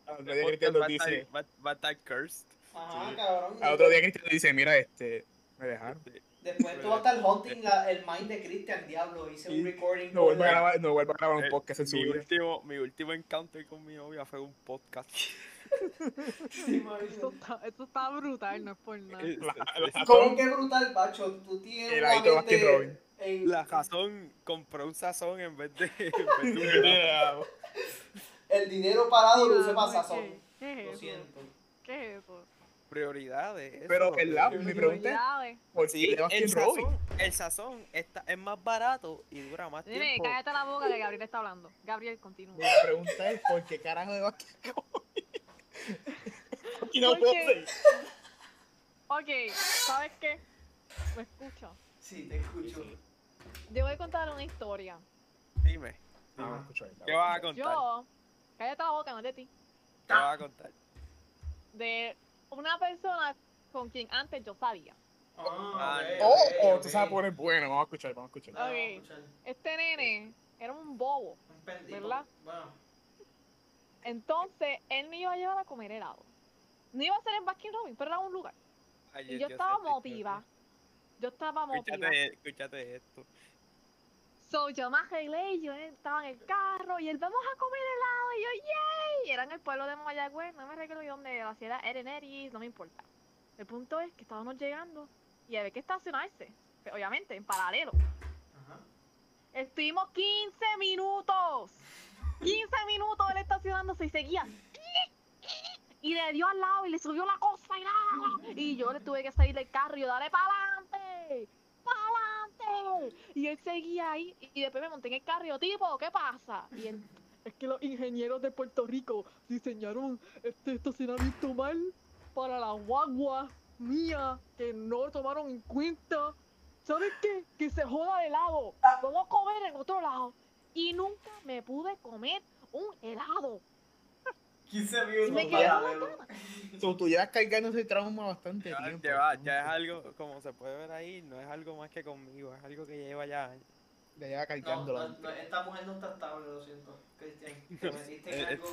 D: Al otro día Cristian nos
B: Este Va a estar-
D: dice,
B: va, va a estar cursed.
A: Ajá, Ah,
B: Sí.
A: cabrón.
D: al otro día Cristian nos dice, mira, este, me dejaron.
A: Después tú vas a estar haunting la- el mind de Christian, diablo. Hice
D: Sí.
A: un recording. con
D: No vuelva a
A: la-
D: grabar, no vuelva a grabar un
B: Eh,
D: podcast en su
B: mi
D: vida.
B: último, mi último encounter con mi novia fue un podcast.
A: Sí, marido.
C: Eso está, eso está brutal, no es por nada.
B: Este,
D: La- la-
A: ¿Cómo que brutal, bacho? Tú tienes
D: El
A: una
D: hábito de
A: mente
D: Baskin Robin.
A: en-
B: La razón compró un sazón en vez de, en vez de un helado.
A: El dinero parado lo
C: Mira,
A: usé para
C: ¿qué-
A: sazón.
C: ¿Qué
A: Lo
C: es eso?
A: siento.
C: ¿Qué es eso?
B: prioridades. eso.
D: Pero el lab, mi pregunta es,
C: Prioridades.
D: ¿por qué
B: Sí,
D: de Baskin
B: el
D: Robin?
B: sazón, el sazón está, es más barato y dura más
C: Dime,
B: tiempo.
C: cállate la boca que Gabriel está hablando. Gabriel, continúa.
D: Mi pregunta es, ¿por qué carajo de Baskin Robin? Aquí no
C: ¿Por
D: puedo
C: qué?
D: seguir.
C: Ok, ¿sabes qué? Me escucho.
A: Sí, te escucho.
C: Yo voy a contar una historia.
B: Dime,
D: Ah, me escucho ahí,
B: ¿qué vas a
D: cabrón.
B: contar?
C: Yo, cállate la boca, no es de ti.
B: ¿Qué vas a contar?
C: De una persona con quien antes yo sabía.
A: Ah, ok,
D: Oh,
A: ok,
D: oh,
A: ok.
D: tú sabes poner bueno, vamos a escuchar, vamos a escuchar.
A: Vamos a
C: Ok.
A: escuchar.
C: Este nene era un bobo.
A: Un pendejo.
C: ¿Verdad?
A: Bueno.
C: Entonces, él me iba a llevar a comer helado. No iba a ser en Baskin Robin, pero era un lugar.
B: Ay,
C: Y yo
B: sé
C: estaba
B: esta historia.
C: motivada. Yo estaba motivada.
B: Escúchate, escúchate esto.
C: So, yo me arreglé y yo estaba en el carro y él, vamos a comer helado. Y yo, yay. Y era en el pueblo de Mayagüez, no me recuerdo de dónde, la ciudad era Ereneris, no me importa. El punto es que estábamos llegando y había que estacionarse, pero obviamente, en paralelo.
A: Ajá.
C: Estuvimos 15 minutos. 15 minutos él estacionándose y seguía. Y le dio al lado y le subió la cosa y nada. Y yo le tuve que salir del carro y yo, dale para adelante. Para adelante. Y él seguía ahí. Y después me monté en el carro y yo, tipo, ¿qué pasa? Y él, es que los ingenieros de Puerto Rico diseñaron este estacionamiento mal para la guagua mía que no tomaron en cuenta. ¿Sabes qué? Que se joda de helado. Vamos a comer en otro lado. Y nunca me pude comer un helado.
A: 15
C: Y
A: minutos
C: me quedé con
A: paralelo.
C: la cama.
D: Tú, tú llevas cargando ese trauma bastante
B: Lleva-
D: tiempo.
B: lleva-
D: ¿no?
B: ya es algo, como se puede ver ahí, no es algo más que conmigo, es algo que lleva ya años.
D: Ya lleva
A: No,
D: cargándolo.
A: no, no, esta mujer no está estable, lo siento, Cristian. Te metiste en
B: Eh,
A: algo.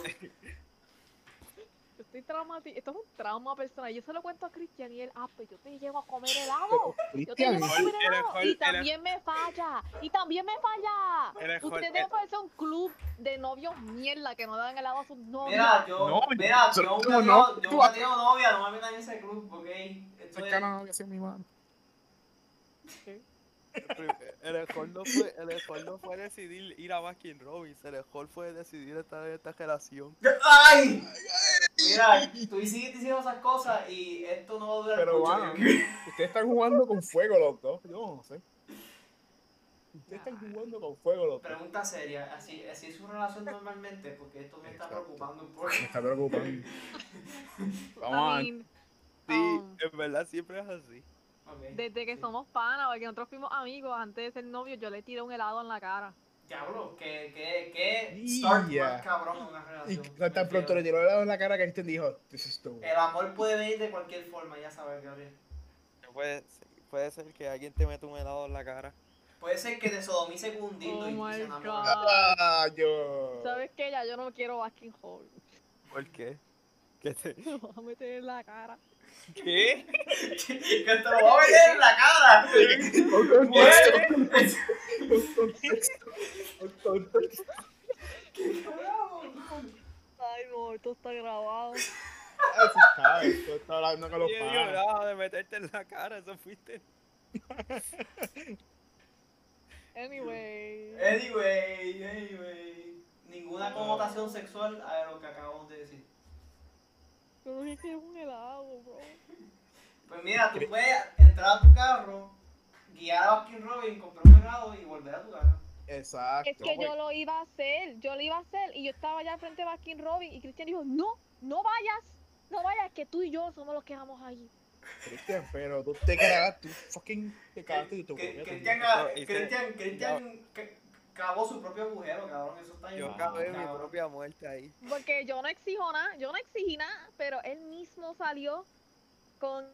C: Yo estoy traumatizada. Esto es un trauma personal. Yo se lo cuento a Cristian y él, ah, pues yo te llevo a comer helado. Yo te
D: Cristian,
C: llevo a comer
B: Era
C: helado.
B: cual-
C: Y
B: era-
C: también me falla. Y también me falla.
B: Era cual-
C: Ustedes parecen un club de novios mierda que no dan helado a sus novios.
A: Mira, yo,
D: No,
A: mira,
D: yo-
A: yo,
D: no,
A: una
D: no,
A: tío- yo
D: tú-
A: una tío novia, no me metan en ese club, ok. Esto es,
D: cercano a que sea mi mano.
B: El mejor no fue, el mejor no fue decidir ir a Baskin Robbins, el mejor fue decidir estar en esta relación.
A: ¡Ay! Mira, tú sigues diciendo esas cosas y esto no va a durar
D: Pero
A: mucho.
D: bueno, ustedes están jugando con fuego los dos. Yo no sé. Ustedes están jugando con fuego los dos.
A: Pregunta seria, así, así es su relación normalmente, porque esto me está
D: Exacto.
A: preocupando un poco.
D: Me está preocupando.
C: I
D: Vamos
C: mean,
B: Sí,
C: um,
B: en verdad siempre es así.
A: Okay.
C: desde que
A: sí.
C: somos panas, porque nosotros fuimos amigos antes de ser novios, yo le tiré un helado en la cara.
A: Diablo, que, que, que start
D: Yeah.
A: más cabrón en una
D: a... Y
A: relación.
D: tan pronto le tiró el lado en la cara que Cristian dijo, this is too.
A: El amor puede venir de cualquier forma, ya sabes, Gabriel.
B: Puede, puede ser que alguien te meta un helado en la cara. Puede
A: Puede ser que te sodomice con un dildo
C: Oh
A: y tú
C: my
A: se
C: God.
A: enamora.
D: Ah, yo.
C: ¿Sabes qué? Ya yo no quiero Baskin Hall.
B: ¿Por qué? ¿Qué? Te...
C: Me voy a meter en la cara.
B: ¿Qué?
A: que te lo va a meter en la cara.
D: Con contexto, con contexto, con contexto.
A: ¡Qué carajo!
C: Ay, no, esto está grabado.
D: Ah, sí sabe, tú estás hablando con los
B: Yo
D: panas.
B: lloraba de meterte en la cara, eso fuiste.
C: Anyway.
A: Anyway, anyway. Ninguna connotación sexual a lo que acabamos de decir.
C: Yo no dije un helado, bro.
A: Pues mira, tú puedes entrar a tu carro, guiar a Baskin Robin, comprar un helado y volver a tu casa.
D: Exacto.
C: Es que yo lo iba a hacer, yo lo iba a hacer y yo estaba allá frente a Baskin Robin y Cristian dijo, no, no vayas, no vayas, que tú y yo somos los que vamos ahí.
D: Cristian, pero tú te cagas, tú fucking te cagaste y tú.
A: Que- Cristian, ah,
B: Eso-
A: Cristian, Cristian ca- cavó su propio agujero, cabrón. Eso está
B: Yo
A: llevado,
B: acabé mi
A: cabrón.
B: propia muerte ahí.
C: Porque yo no exijo nada, yo no exigí nada, pero él mismo salió con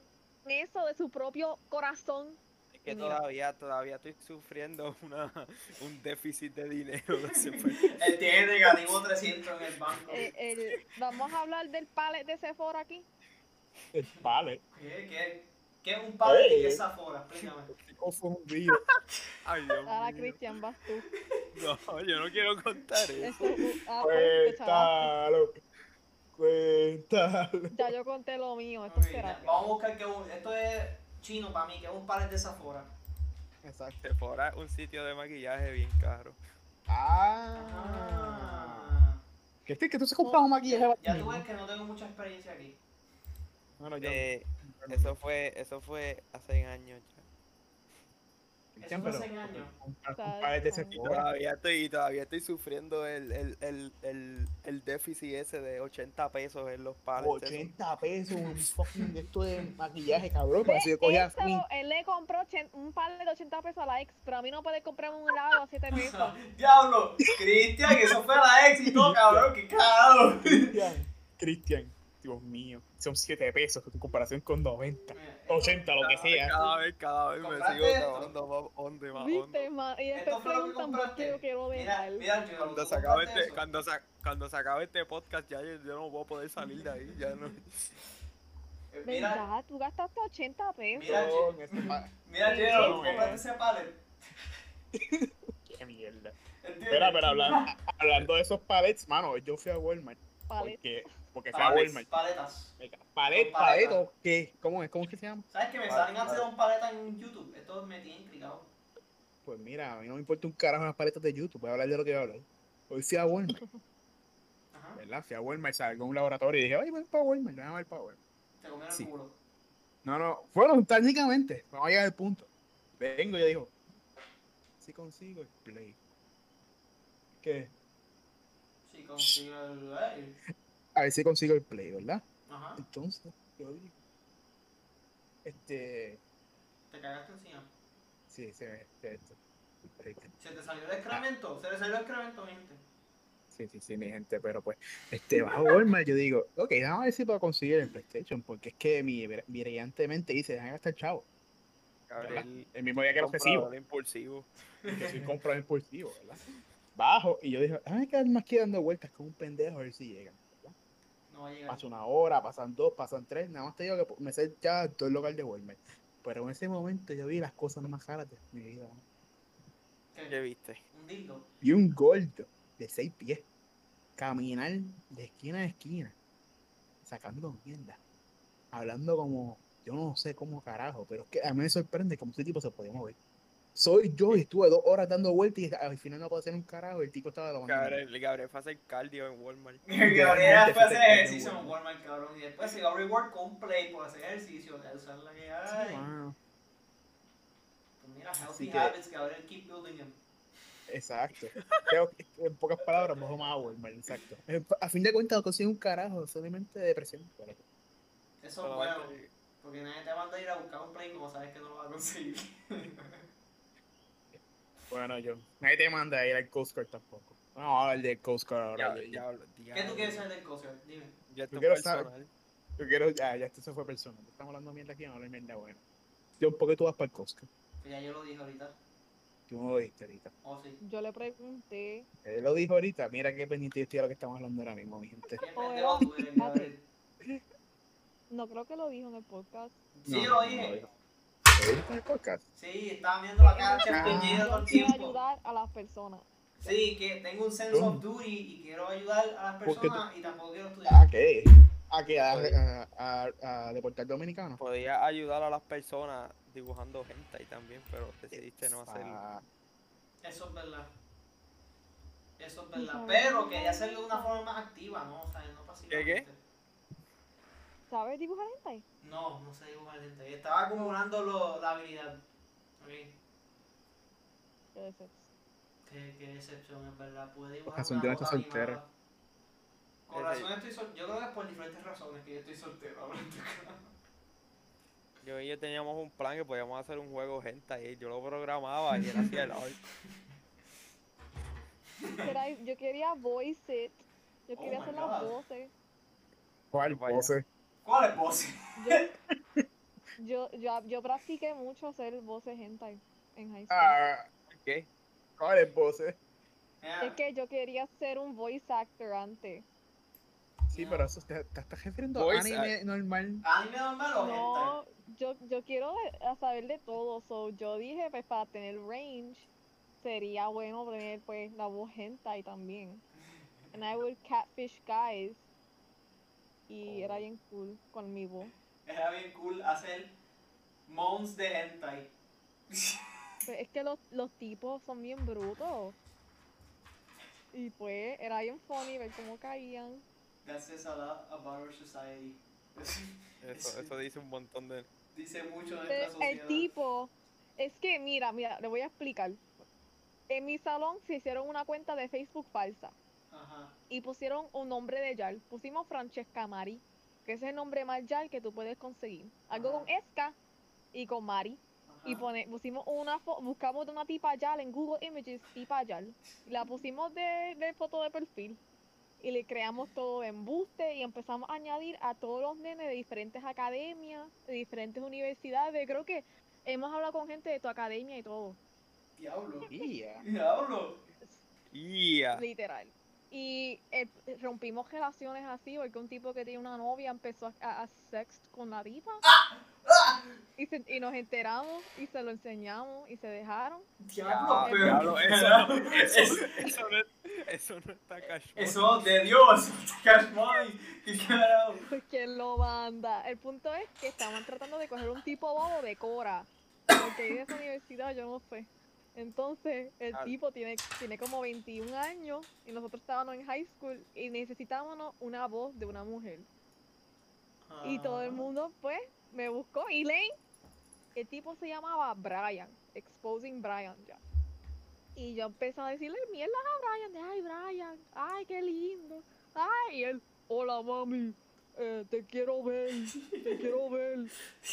C: eso de su propio corazón.
B: Es que
C: Mira.
B: todavía, todavía estoy sufriendo una, un déficit de dinero. de ese fue-
A: Él tiene negativo 300 en el banco.
C: Eh, el- vamos a hablar del palet de Sephora aquí.
D: Vale,
A: ¿Qué? ¿Qué? ¿Qué es un padre
D: Eh.
A: y qué es Zafora? Explícame.
D: estoy confundido.
B: Ay, Dios
C: Ahora
B: mío.
C: Cristian, vas tú.
B: No, yo no quiero contar eso.
C: Eso, ah, pues, te chavaste.
D: Cuéntalo. Cuéntalo.
C: ya yo conté lo mío, esto
A: Ok,
C: es
A: ya,
C: terapia.
A: Vamos a buscar que un, esto es chino para mí, que es un palet de Zafora.
D: Exacto.
B: Sephora es un sitio de maquillaje bien caro.
D: Ah.
A: Ah.
D: Que este que tú se compras un maquillaje
A: Ya
D: bastante.
A: tú ves que no tengo mucha experiencia aquí.
D: Bueno, yo.
B: Eh, eso fue, eso fue hace años ya.
A: Eso fue hace años.
D: Un par de
B: Y
D: Sephora.
B: todavía estoy, y todavía estoy sufriendo el, el, el, el, el déficit ese de 80 pesos en los pales.
D: 80 pesos, un fucking de esto de maquillaje, cabrón. Para eso Pues, yo cogía
C: Eso, Este él le compró ochen- un par de 80 pesos a la ex, pero a mí no puede comprarme un helado a 7 pesos.
A: Diablo, Cristian, eso fue la éxito, cabrón, qué cagado.
D: Cristian. Cristian, Dios mío. Son 7 pesos en comparación con 90. 80, lo que sea.
B: Cada vez, cada vez me
A: ¿Compraste
B: sigo
A: esto?
B: cavando más hondo y más hondo.
C: ¿Viste, ma? Y
A: Esto
C: después
A: fue lo que
C: preguntan por qué yo
A: compraste.
C: quiero
A: Mira,
C: dejar.
A: mira, yo
B: Cuando se, acabe este, cuando, se, cuando se acabe este podcast, ya yo, yo no voy a poder salir de ahí. Ya no.
A: Eh, Mira,
C: ¿Verdad? Tú gastaste 80 pesos.
A: Mira,
D: Cabrón, ese pa-
A: mira,
C: Sí,
A: Gerald,
D: sí.
A: cómprate ese palet.
D: Qué mierda.
A: ¿entiendes?
D: Espera, pero habla- hablando de esos palets, mano, yo fui a Walmart.
C: Vale.
D: Porque, porque fui a
A: Palets,
D: Walmart.
A: Paletas.
D: Me ca- Palet,
A: Con paleta.
D: palet, ¿o ¿qué? ¿Cómo es? ¿Cómo es que se llama?
A: ¿Sabes que me
B: Vale,
A: salen a hacer
B: vale.
A: un paleta en YouTube? Esto me tiene intrigado.
D: Pues mira, a mí no me importa un carajo las paletas de YouTube, voy a hablar de lo que voy a hablar. Hoy fui a Walmart,
A: Ajá.
D: ¿verdad? Fui a Walmart, salgo a un laboratorio y dije, ay, voy para Walmart, voy a ver para Walmart.
A: Te comieron
D: Sí.
A: el culo.
D: No, no, fueron técnicamente, vamos a llegar al punto. Vengo y yo digo, si consigo el play. ¿Qué?
A: Sí, consigo el. ey.
D: A ver si consigo el play, ¿verdad?
A: Ajá.
D: Entonces, yo digo, este,
A: Te cagaste encima.
D: sí, se ve, este, este, este,
A: Se te salió el excremento. Se le salió el excremento, mi gente.
D: se Sí, sí, sí, mi gente, pero pues, este, bajo Walmart, yo digo, ok, vamos a ver si puedo conseguir el PlayStation, porque es que mi br- brillantemente dice, dejan gastar chavo.
B: Gabriel,
D: El mismo día que lo recibo,
B: comprador impulsivo.
D: que soy comprador impulsivo, ¿verdad? Bajo, y yo dije, déjame quedarme aquí dando vueltas con un pendejo a ver si llegan. ¿verdad?
A: No va a llegar.
D: Pasa una hora, pasan dos, pasan tres, nada más te digo que me sé ya todo el local de Walmart. Pero en ese momento yo vi las cosas más caras de mi vida. ¿no?
B: ¿Qué viste?
A: Un dildo.
D: y un gordo de seis pies caminar de esquina a esquina sacando mierda hablando como yo no sé cómo carajo pero es que a mí me sorprende como ese tipo se podía mover soy yo y estuve dos horas dando vueltas y al final no puedo hacer un carajo el tipo estaba de la mañana
B: Gabriel, Gabriel fue a hacer cardio en Walmart.
A: Gabriel después hacer
D: Literalmente,
A: ejercicio
D: sí,
A: en Walmart, cabrón. Y después se dio reward con un play por hacer ejercicio. De usar la que hay.
D: Wow.
A: Pues mira,
D: Así
A: healthy
D: que-
A: habits, Gabriel, keep building them.
D: exacto Creo que, en pocas palabras bajo más agua hermano, exacto Eh, a fin de cuentas no consigo un carajo solamente depresión pero-
A: Eso es bueno. Porque nadie te manda a ir a buscar un play como sabes que no lo vas a conseguir.
D: bueno yo nadie te manda a ir al Coast Guard tampoco no hablar del Coast Guard ahora
B: Ya,
D: yo-
B: ya,
A: ¿Qué tú quieres saber del coser? Dime.
B: Ya esto
D: Yo
B: es
D: quiero saber-
B: personal.
D: Yo quiero, ya, ya esto se fue personal. Estamos hablando mierda aquí, vamos a hablar mierda buena. Yo, ¿por qué tú vas para el Costco?
A: Que Pues ya yo lo dije ahorita.
D: Tú no lo dijiste ahorita.
A: Oh, sí.
C: Yo le pregunté.
D: Él lo dijo ahorita, mira qué pendiente yo estoy a lo que estamos hablando ahora mismo, mi gente.
A: Qué pendejo tú eres, Gabriel.
C: No creo que lo dijo en el podcast.
A: Sí,
D: No,
A: lo
D: no, no
A: dije.
D: dijo. ¿Lo dijiste en el podcast?
A: Sí, estaba viendo la cara de
D: Ah.
A: Chespirito todo
C: Yo
A: el
C: quiero
A: tiempo.
C: ayudar a las personas.
A: Sí, que tengo un sense of duty y quiero ayudar a las
D: ¿Por qué tú-
A: personas y tampoco quiero
D: ¿A
A: estudiar.
D: Ah, qué? ¿A qué? Ah, ¿A, a, a, a deportar ah, dominicano?
B: Podías ayudar a las personas dibujando gente ahí también, pero decidiste Este no hacerlo.
D: Ah,
A: Eso es verdad. Eso es verdad. Pero quería hacerlo de una forma más activa, ¿no? O sea, no pasiva.
B: ¿Qué, qué?
C: ¿Sabes dibujar gente?
A: No, no sé dibujar gente. Estaba acumulando lo- la habilidad. Ok.
C: Qué decepción.
A: Qué, qué decepción, es verdad. Pude dibujar.
D: razón,
A: una
D: yo no estoy
A: cosa bien
D: soltero.
A: mala. Con
B: Ese-
A: razón estoy soltero. Yo creo que es por diferentes razones que yo estoy soltero. ahora en tu caso.
B: Yo y yo teníamos un plan que podíamos hacer un juego gente y yo lo programaba y era así el art.
C: Era- yo quería voice it. Yo
A: Oh
C: quería
A: my
C: hacer las
A: God.
C: voces.
D: ¿Cuál
B: Vaya.
D: pose?
A: ¿Cuál es vos?
C: Yo, yo, yo, yo practiqué mucho hacer voces hentai en high school.
D: Ah,
B: ¿Qué?
D: ¿Cuál es pose?
A: Mira,
C: Es que yo quería ser un voice actor antes.
D: Sí, pero eso, ¿te, te estás refiriendo a
B: Voice
D: anime normal?
A: ¿Anime normal o
C: No, yo, yo quiero de- a saber de todo. So, yo dije, pues para tener range, sería bueno tener pues la voz hentai también. And I would catfish guys. Y era
A: Oh.
C: bien cool con mi voz.
A: hentai? Era bien cool hacer mons de hentai.
C: Pero Pues, es que los, los tipos son bien brutos. Y pues era bien funny ver cómo caían.
A: That says a lot about our society.
B: Eso, eso dice un montón de...
A: Dice mucho de
C: Pero
A: nuestra sociedad.
C: el tipo, es que mira, mira, le voy a explicar. En mi salón se hicieron una cuenta de Facebook falsa
A: Ajá.
C: y pusieron un nombre de Yal. Pusimos Francesca Mari, que ese es el nombre más Yal que tú puedes conseguir. Algo con Esca y con Mari.
A: ajá.
C: Y pone, pusimos una fo- buscamos de una tipa Yal en Google Images, tipa Yal. Y la pusimos de, de foto de perfil. Y le creamos todo de embuste y empezamos a añadir a todos los nenes de diferentes academias, de diferentes universidades. Creo que hemos hablado con gente de tu academia y todo.
A: Diablo.
D: Yeah.
A: Diablo.
B: ¡Ya!
C: Literal. Y eh, rompimos relaciones así, porque un tipo que tiene una novia empezó a, a, a sext con la tipa. Y, se- y nos enteramos y se lo enseñamos y se dejaron.
A: Ah, Diablo, pero.
B: diablo,
A: Diablo.
B: eso,
A: Es-
B: eso, eso no, es- eso no está cachón.
A: Eso de Dios. Cash money. ¿Qué carajo?
C: Pues quién lo manda. El punto es que estaban tratando de coger un tipo bobo de Cora. Porque ahí de esa universidad yo no sé. Entonces, el
B: Ah.
C: tipo tiene, tiene como 21 años y nosotros estábamos en high school y necesitábamos una voz de una mujer. Y todo
A: Ah.
C: el mundo, pues, me buscó. Y Lane, el tipo se llamaba Brian, Exposing Brian ya. Y yo empecé a decirle mierdas a Brian, de, ay, Brian, ay, qué lindo. Ay, y él, hola, mami, eh, te quiero ver, te quiero ver.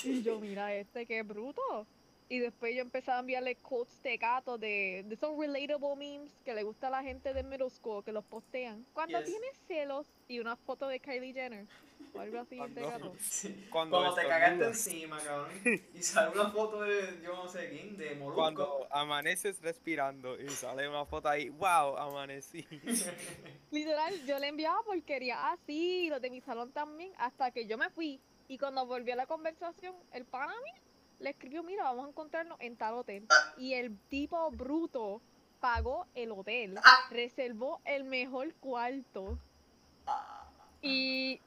C: Y yo, mira, este, qué bruto. Y después yo empezaba a enviarle quotes de gato de, de esos relatable memes que le gusta a la gente de middle school que los postean. Cuando
A: Yes.
C: tienes celos y una foto de Kylie Jenner o algo así de
B: Cuando-
C: gato.
A: Sí.
B: Cuando,
A: Cuando te
B: estornuda,
A: cagaste encima, cabrón. Y sale una foto de yo no sé quién, de Molusco.
B: Cuando amaneces respirando y sale una foto ahí, wow, amanecí.
C: Literal, yo le enviaba porquería así, y los de mi salón también, hasta que yo me fui. Y cuando volví a la conversación, el pana a mí le escribió, mira, vamos a encontrarnos en tal hotel. Y el tipo bruto pagó el hotel, reservó el mejor cuarto.
A: Ah,
C: Y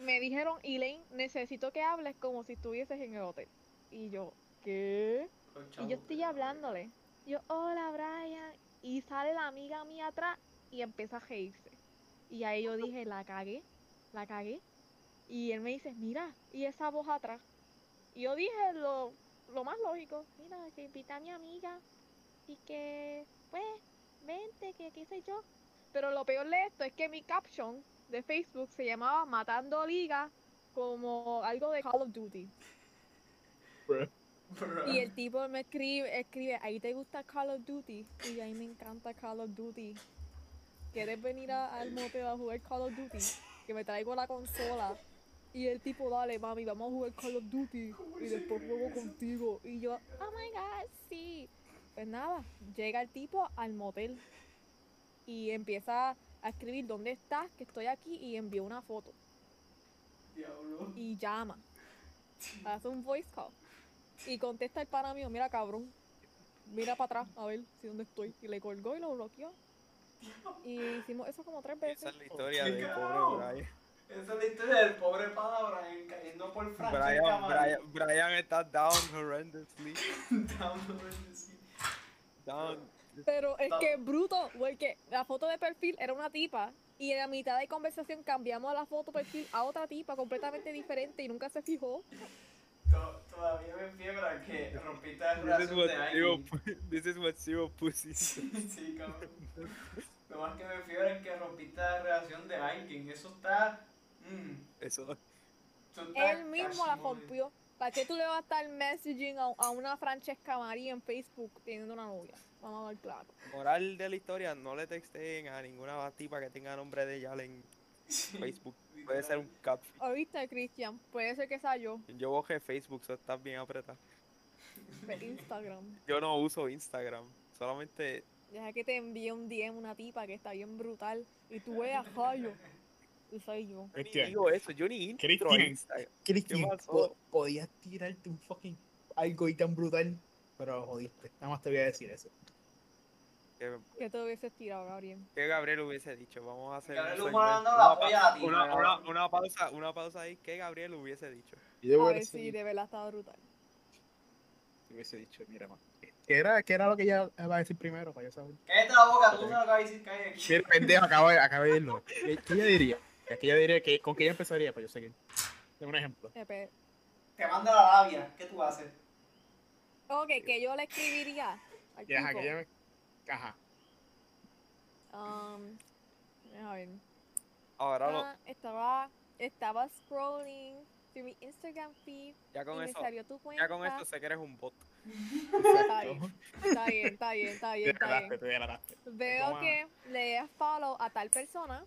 C: me dijeron, Elaine, necesito que hables como si estuvieses en el hotel. Y yo, ¿qué?
A: los
C: Y
A: chavos
C: yo estoy
A: que-
C: hablándole. Yo, hola Brian. Y sale la amiga mía atrás y empieza a reírse. Y ahí yo dije, la cagué, la cagué. Y él me dice, mira, y esa voz atrás. Y yo dije lo, lo más lógico, mira, que invita a mi amiga y que, pues, vente, que qué sé yo. Pero lo peor de esto es que mi caption de Facebook se llamaba Matando Liga como algo de Call of Duty.
A: Bro.
C: Y el tipo me escribe, escribe, ahí te gusta Call of Duty. Y yo, ahí me encanta Call of Duty. ¿Quieres venir a- al motel a jugar Call of Duty? Que me traigo la consola. Y el tipo, dale, mami, vamos a jugar Call of Duty. Y después juego contigo. Y yo, oh my god, sí. Pues nada, llega el tipo al motel. Y empieza a escribir, ¿dónde estás? Que estoy aquí. Y envió una foto.
A: Diablo.
C: Y llama. Hace un voice call. Y contesta el pana mío, mira cabrón, mira para atrás, a ver si dónde estoy. Y le colgó y lo bloqueó. Y hicimos eso como tres
B: Esa
C: veces.
B: es la historia
A: Qué
B: del
A: cabrón.
B: pobre Brian.
A: Esa es la historia del pobre pana Brian cayendo por Francesca
B: Brian,
A: María.
B: Brian, Brian está down horrendously.
A: Dándole el sí.
B: Down.
C: Pero es que es bruto, porque la foto de perfil era una tipa. Y en la mitad de conversación cambiamos la foto perfil a otra tipa completamente diferente y nunca se fijó.
A: To- Todavía me fiebra que rompiste la
B: This is
A: relación
B: what
A: de
B: zero,
A: alguien.
B: pu- this is what zero pussies.
A: Sí, cabrón. Lo más que me fiebra es que rompiste la relación de alguien. Eso está. mm,
B: Eso.
A: eso está
C: Él mismo la
A: cash money.
C: rompió. ¿Para qué tú le vas a estar messaging a, a una Francesca María en Facebook teniendo una novia? Vamos a ver claro.
B: Moral de la historia, no le texten a ninguna tipa que tenga nombre de Yale en
A: Sí,
B: Facebook. Puede ser un catfish.
C: Ahorita, Cristian, puede ser que sea yo.
B: Yo bojé Facebook, eso está bien apretado.
C: de Instagram.
B: Yo no uso Instagram, solamente
C: Deja que te envíe un DM una tipa que está bien brutal y tú veas, fallo. Y soy yo.
B: Yo ni
D: Cristian.
B: digo eso, yo ni intro a
D: Cristian.
B: Instagram.
D: Cristian,
B: ¿Qué pasó?
D: po- podías tirarte un fucking algo y tan brutal, pero jodiste. Nada más te voy a decir eso.
B: Que,
C: ¿Qué te hubieses tirado, Gabriel?
B: que Gabriel hubiese dicho, vamos a hacer un
A: Gabriel
B: segmento.
A: Humano dando la
B: Una pa-
A: polla a ti,
B: una,
A: cabrón.
B: una- una pausa, una pausa ahí, que Gabriel hubiese dicho.
D: Yo
C: A ver si de verdad estaba brutal.
D: hubiese dicho, mira, ma, ¿qué era, ¿qué era lo que ella iba a decir primero para yo saber?
A: Cállate la boca, tú sabes lo que dices, cállate aquí.
D: Mira, pendejo, acabo de, acabo de irlo. ¿Qué, qué ella diría? Es que ella diría que con qué ella empezaría, pues yo sé que. Dame un ejemplo.
C: Epe.
A: Te manda la labia. ¿Qué tú haces?
C: Ok, que yo le escribiría al
D: Ya, ajá,
C: tipo,
D: que ella me- Ajá.
C: um, a ver.
B: Ahora lo-
C: Ah, estaba, estaba scrolling through mi Instagram feed
B: ya
C: y
B: con
C: me
B: eso,
C: salió tu cuenta.
B: ya con esto sé que eres un bot.
C: Está bien,
D: Exacto.
C: está bien, está bien, está
D: Te
C: bien, está bien.
D: delataste, te delataste.
C: Veo
D: Toma.
C: que le das follow a tal persona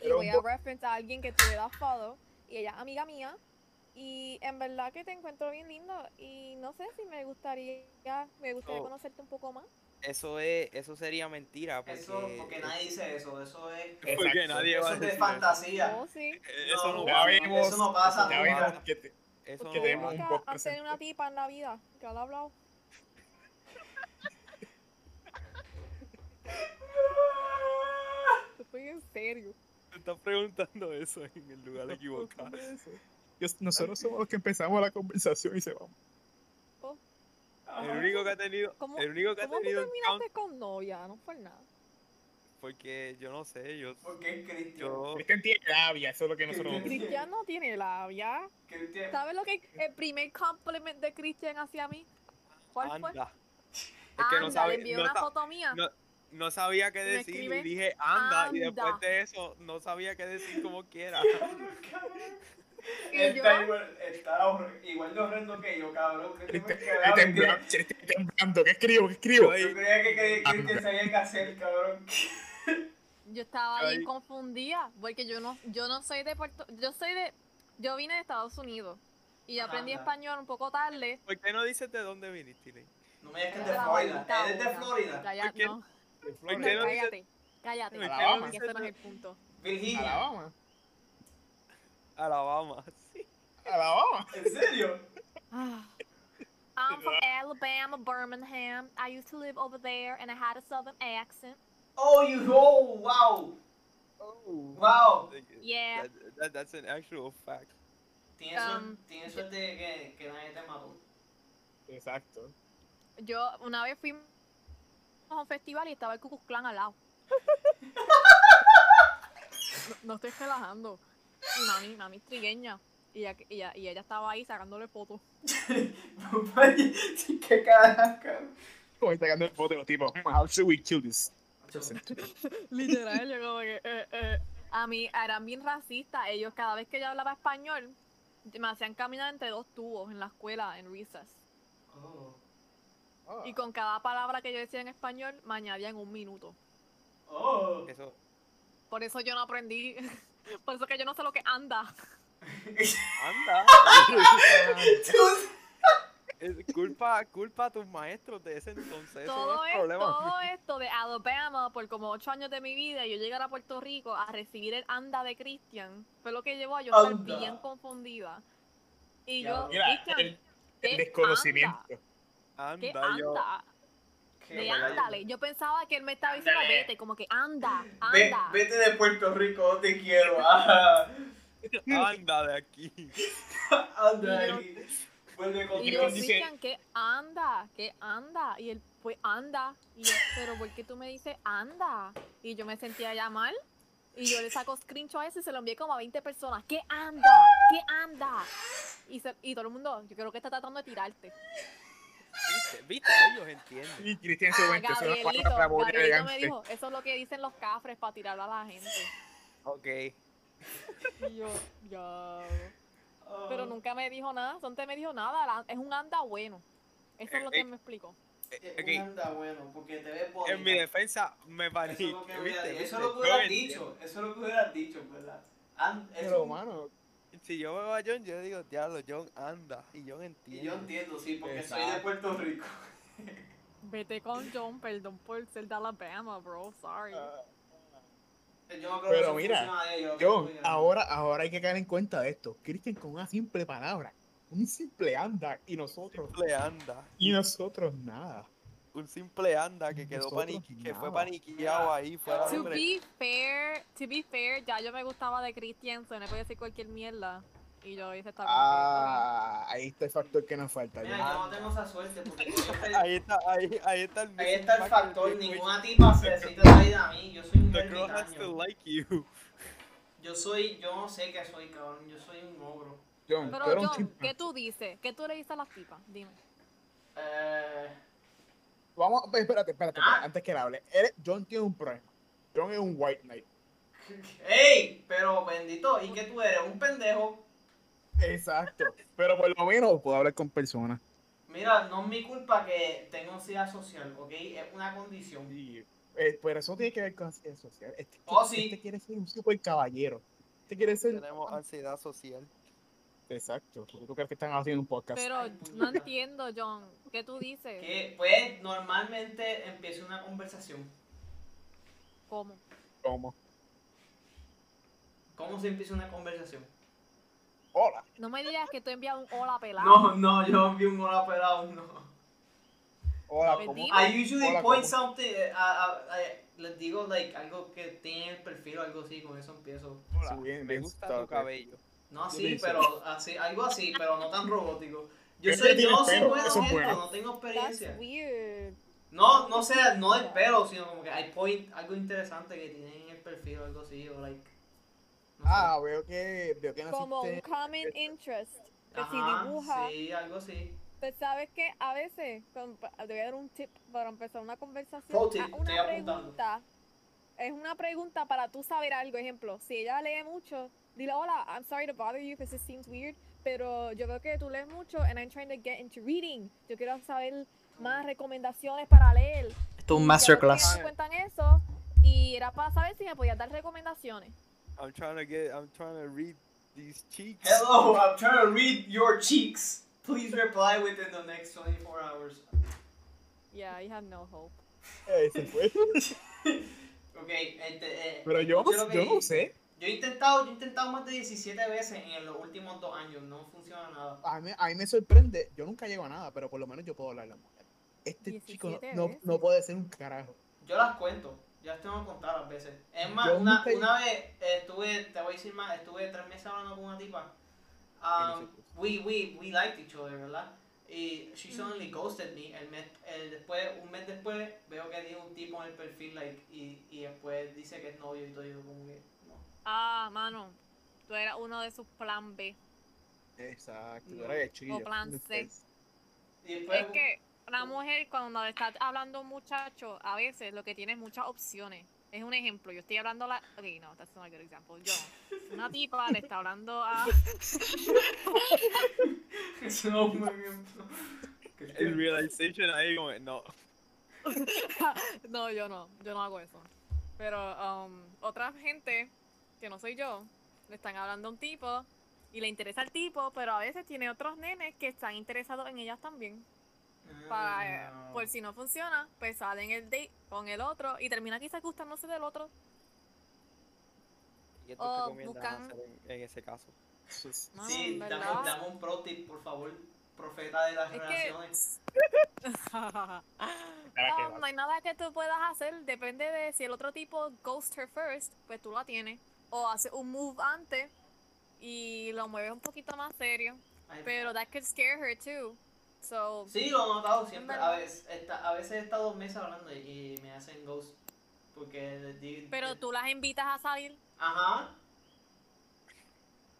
C: y
D: Era un
C: voy a
D: bo-
C: reference a alguien que tú le das follow y ella es amiga mía y en verdad que te encuentro bien lindo y no sé si me gustaría me gustaría
B: Oh.
C: conocerte un poco más.
B: Eso es, eso sería mentira. Porque,
A: Eso, porque nadie dice eso. Eso es.
B: porque
D: Exacto.
B: nadie
A: Eso
B: va a
A: es de
B: decir
A: fantasía.
C: Oh, sí.
B: Eh, eso. Eso no,
A: No,
D: Ya
B: va,
D: vimos.
A: eso no pasa,
D: Ya
A: no
D: vimos
A: pasa.
D: que te-
B: eso
C: Porque
B: no
D: tenemos
B: va.
D: un
C: nunca
D: poco
C: han tenido una
D: presente.
C: tipa en la vida que le ha hablado. Estoy en serio.
B: Te estás preguntando eso en el lugar equivocado.
D: Yo- nosotros somos los que empezamos la conversación y se vamos.
B: El único que ha tenido,
C: ¿Cómo-
B: el único que ha
C: ¿Cómo tú
B: tenido un count,
C: terminaste con novia? No fue nada.
B: porque yo no sé, yo,
A: Porque es Cristian.
B: yo,
D: Cristian tiene labia, ah, eso es lo que nosotros.
A: Cristian-
C: Cristian no tiene labia.
A: Cristian.
C: ¿Sabes lo que el primer compliment de Christian hacia mí? ¿Cuál fue?
B: anda. Es que no
C: Anda,
B: sabe,
C: le envié
B: no
C: una
B: sa-
C: foto mía.
B: no- no sabía qué
C: Me
B: decir
C: escribe,
B: y dije anda, y
C: "Anda".
B: después de eso no sabía qué decir como quiera.
E: Y yo,
A: Está igual, está hor- igual de horrendo que yo, cabrón. Que tengo que
D: Estoy
A: quedar-
D: temblando, estoy temblando. ¿Qué escribo? ¿Qué escribo?
A: Yo creía que- que Cristian sabía qué hacer, cabrón.
C: Yo estaba bien
B: Ay.
C: confundida, porque yo no, yo no soy de Puerto, yo soy de, yo vine de Estados Unidos y yo aprendí
A: Ajá.
C: español un poco tarde.
B: ¿Por qué no dices de dónde viniste, Ley?
A: No me digas que es
C: Era
A: de
C: la
A: Florida.
C: maldita
A: Él es de
C: hora.
A: Florida.
C: Calla-
B: ¿Por qué-
C: no,
B: ¿Por
C: no,
B: qué no dices
C: cállate, cállate,
B: ¿Por
D: qué no
C: cállate, que
B: dices
C: ese no
B: de-
C: es el punto.
A: Virginia.
D: Alabama.
B: Alabama? "Ah, Sí.
D: Alabama.
A: ¿En serio?
C: Ah. I'm from Alabama, Birmingham. I used to live over there and I had a southern accent.
A: Oh, you oh, wow.
D: Oh.
A: Wow.
C: Yeah.
B: That- that- that's an actual fact.
A: Tienes
C: Um,
A: suerte, tienes suerte de este que, que nadie te mató.
D: Exacto.
C: Yo una vez fui a un festival y estaba el Ku Klux Klan al lado. no, no estoy relajando. Y mami, mami es trigueña. Y ella, y ella, y ella estaba ahí sacándole fotos.
A: ¿Qué carajo? cabrón?
D: Como está sacando el bote los tipos. "Hmm, How should we kill this?
C: Literal, yo como que... eh, eh. A mí eran bien racistas. Ellos cada vez que yo hablaba español, me hacían caminar entre dos tubos en la escuela, en recess.
A: Oh,
C: Y con cada palabra que yo decía en español, me añadían un minuto.
A: oh.
B: Eso.
C: Por eso yo no aprendí. Por eso que yo no sé lo que anda.
B: Anda.
A: Tú-
B: Es culpa, culpa a tus maestros de ese entonces. Eso
C: todo,
B: no es
C: es-
B: problema.
C: todo esto de Alabama por como ocho años de mi vida y yo llegar a Puerto Rico a recibir el anda de Cristian fue lo que llevó a yo
A: Anda.
C: estar bien confundida. Y
A: Diablo.
C: yo,
D: Mira,
C: Cristian,
D: el,
C: ¿qué
D: el desconocimiento.
C: anda? ¿Qué
B: Anda,
C: anda?
B: yo.
A: qué
C: De
A: rayo.
C: ándale. Yo pensaba que él me estaba diciendo
A: Ándale.
C: vete, como que anda,
A: Ve-
C: anda.
A: vete de Puerto Rico, te quiero. Ah. Ajá.
B: Anda de aquí.
A: Anda de aquí. Vuelve
C: Y
A: conmigo.
C: yo,
D: dice-
C: Cristian, ¿qué anda? ¿Qué anda? Y él, pues, anda. Y yo, pero ¿por qué tú me dices anda? Y yo me sentía ya mal. Y yo le saco screenshot a eso y se lo envié como a 20 personas. ¿Qué anda? ¿Qué anda? Y, se- y todo el mundo, yo creo que está tratando de tirarte.
B: Viste, viste, ellos entienden.
D: Y Cristian se
C: Ah,
D: cuenta, se va a
C: Gabrielito,
D: parar la boca de
C: Gabrielito me
D: gante.
C: dijo, eso es lo que dicen los cafres para tirar a la gente.
B: Ok.
C: Y yo, ya.
A: Oh.
C: Pero nunca me dijo nada, Sonte me dijo nada, la- es un anda bueno. Eso es lo
B: Eh,
C: que
B: eh.
C: me explicó.
A: Eh,
B: Ok.
A: un anda bueno, porque te ves bonita.
B: En mi defensa
A: Eso
B: me
A: es
B: parí.
A: lo que
B: ¿viste?
A: hubiera-
B: ¿viste?
A: eso es lo que
B: Yo
A: hubieras
B: entiendo.
A: dicho. Eso es lo que hubieras dicho, en ¿verdad? An- es
D: Pero,
A: un-
D: mano,
B: Si yo veo a John, yo digo, diablo, John anda. Y John
A: y
B: entiende.
A: yo entiendo, sí, porque soy de
D: Exacto.
A: Puerto Rico.
C: Vete con John, perdón por ser de Alabama, bro, sorry.
A: Ah, Yo no creo
D: Pero
A: que eso
D: mira,
A: funciona de ellos,
D: John,
A: mira.
D: ahora, ahora hay que caer en cuenta de esto. Cristian con una simple palabra, un simple anda, y nosotros,
B: Un simple anda.
D: y nosotros nada.
B: Un simple anda que quedó
D: Nosotros
B: paniqui- que fue
D: nada.
B: paniqueado ahí fuera de
C: To
B: hombre.
C: be fair, to be fair, ya yo me gustaba de Christian, se me podía decir cualquier mierda. Y yo hice esta
D: Ah, ahí está el factor que nos falta.
A: Mira,
D: John.
A: yo no tengo esa suerte porque yo siempre-
B: Ahí está, ahí, ahí está el
A: Ahí está el
B: missing
A: factor,
B: factor,
A: ninguna tipa se decide salir a mí, yo soy un
B: The girl has to
A: ermitaño.
B: like you.
A: Yo soy, yo no sé qué soy, cabrón, yo soy un ogro.
D: John, tú
C: Pero
D: eres un
C: John,
D: chimpancé.
C: ¿qué tú dices? ¿Qué tú le dices a las tipas? Dime.
A: Eh,
D: Vamos, espérate, espérate, espérate,
A: Ah.
D: antes que la hable. Él- John tiene un problema. John es un white knight.
A: ¡Ey! Pero bendito, ¿y qué tú eres? ¿Un pendejo?
D: Exacto. Pero por lo menos puedo hablar con personas.
A: Mira, no es mi culpa que tenga ansiedad social, ¿ok? Es una condición.
D: Y, eh, pero eso tiene que ver con ansiedad social. Este,
A: Oh, sí.
D: este quiere ser un super caballero. Este quiere ser.
B: Tenemos ansiedad social.
D: Exacto. porque ¿Tú crees que están haciendo un podcast?
C: Pero
A: Ay, puta.
C: no entiendo, John, ¿qué tú dices?
A: Que pues normalmente empieza una conversación.
C: ¿Cómo?
D: Como,
A: ¿Cómo se empieza una conversación?
D: hola.
C: No me digas que tú envías un hola pelado.
A: No, no, yo envío un hola pelado, no.
D: Hola,
C: Pues
D: ¿cómo?
C: dime.
A: I usually
D: Hola,
A: point
D: ¿cómo?
A: something, eh, a- a- a- les digo like algo que tiene el perfil o algo así, con eso empiezo.
B: Hola,
D: Sí, bien,
B: me
D: bien,
B: gusta
D: está
B: tu
D: ok.
B: cabello.
A: No
D: Yo
A: así,
D: hice.
A: pero así, algo así, pero no tan robótico. Yo
D: Ese
A: soy, yo
D: tiene
A: no soy
D: pelo,
A: bueno
D: eso
A: en
D: es
A: esto,
D: bueno.
A: no tengo
C: That's
A: experiencia.
C: weird.
A: No, no sé, no del pelo, sino como que hay point, algo interesante que tienen en el perfil o algo así, o like. no sé.
D: Ah, veo que, veo que
C: Como un
D: naciste.
C: common interest. Que si
A: Ajá,
C: dibuja,
A: Sí, algo así.
C: Pues sabes que a veces, con- pa- te voy a dar un tip para empezar una conversación.
A: Pro tip,
C: Haz una
A: estoy apuntando.
C: pregunta es una pregunta para tú saber algo. Ejemplo, si ella lee mucho, dile, hola, I'm sorry to bother you because it seems weird, pero yo veo que tú lees mucho and I'm trying to get into reading. Yo quiero saber más recomendaciones para leer.
F: Esto es un
C: Y ya
F: masterclass.
C: después me cuentan eso y era para saber si me podías dar recomendaciones.
G: I'm trying to get, I'm trying to read these cheeks.
A: Hello, I'm trying to read your cheeks. Please reply within the next 24 hours.
C: Yeah, I have no hope.
D: Eh, se fue.
A: Ok, este, eh,
D: Pero yo,
A: escuché lo
D: no-
A: que
D: yo no
A: dijiste.
D: sé.
A: Yo he intentado, yo he intentado más de 17 veces en los últimos dos años, no funciona nada.
D: A mí, a mí me sorprende. Yo nunca llego a nada, pero por lo menos yo puedo hablar la mujer. Este
C: 17
D: chico no, no,
C: veces.
D: no puede ser un carajo.
A: Yo las cuento, ya las tengo contadas las veces. Es más,
D: Yo
A: una,
D: nunca he-
A: una vez eh, estuve, te voy a decir más, estuve tres meses hablando con una tipa. Um, we, we, we liked each other, ¿verdad? Y she suddenly ghosted me. El mes, el después, un mes después veo que tiene un tipo en el perfil like, y, y después dice que es novio y todo. Y yo como que, no.
C: Ah, mano, tú eras uno de sus plan B.
D: Exacto.
A: No.
D: era de chillo.
C: O plan C.
A: Y después,
C: Es que una mujer cuando está hablando un muchacho, a veces lo que tiene es muchas opciones. Es un ejemplo, yo estoy hablando la... Ok, no, that's not a good example. Yo, una tipa le está hablando a...
A: es un hombre ejemplo.
G: El realization ahí como, que no.
C: No, yo no, yo no hago eso. Pero um, otra gente, que no soy yo, le están hablando a un tipo y le interesa el tipo, pero a veces tiene otros nenes que están interesados en ellas también. Para, eh,
A: Ah,
C: por si no funciona, pues salen el date con el otro y termina quizás gustándose del otro.
G: ¿Y esto
C: Oh,
G: qué recomiendas
C: buscan-
G: hacer en, en ese caso?
C: Mano,
A: Sí,
C: ¿verdad?
A: dame, dame un pro tip, por favor, profeta de las
C: Es que-
A: relaciones.
C: No, no hay nada que tú puedas hacer. Depende de si el otro tipo ghost her first, pues tú la tienes. O hace un move antes y lo mueves un poquito más serio.
A: Ay,
C: Pero that could scare her too. So,
A: Sí, lo he notado siempre. A
C: verdad.
A: veces, esta- a veces he estado dos meses hablando y, y me hacen ghost. Porque les di-
C: pero
A: les-
C: tú las invitas a salir
A: Ajá.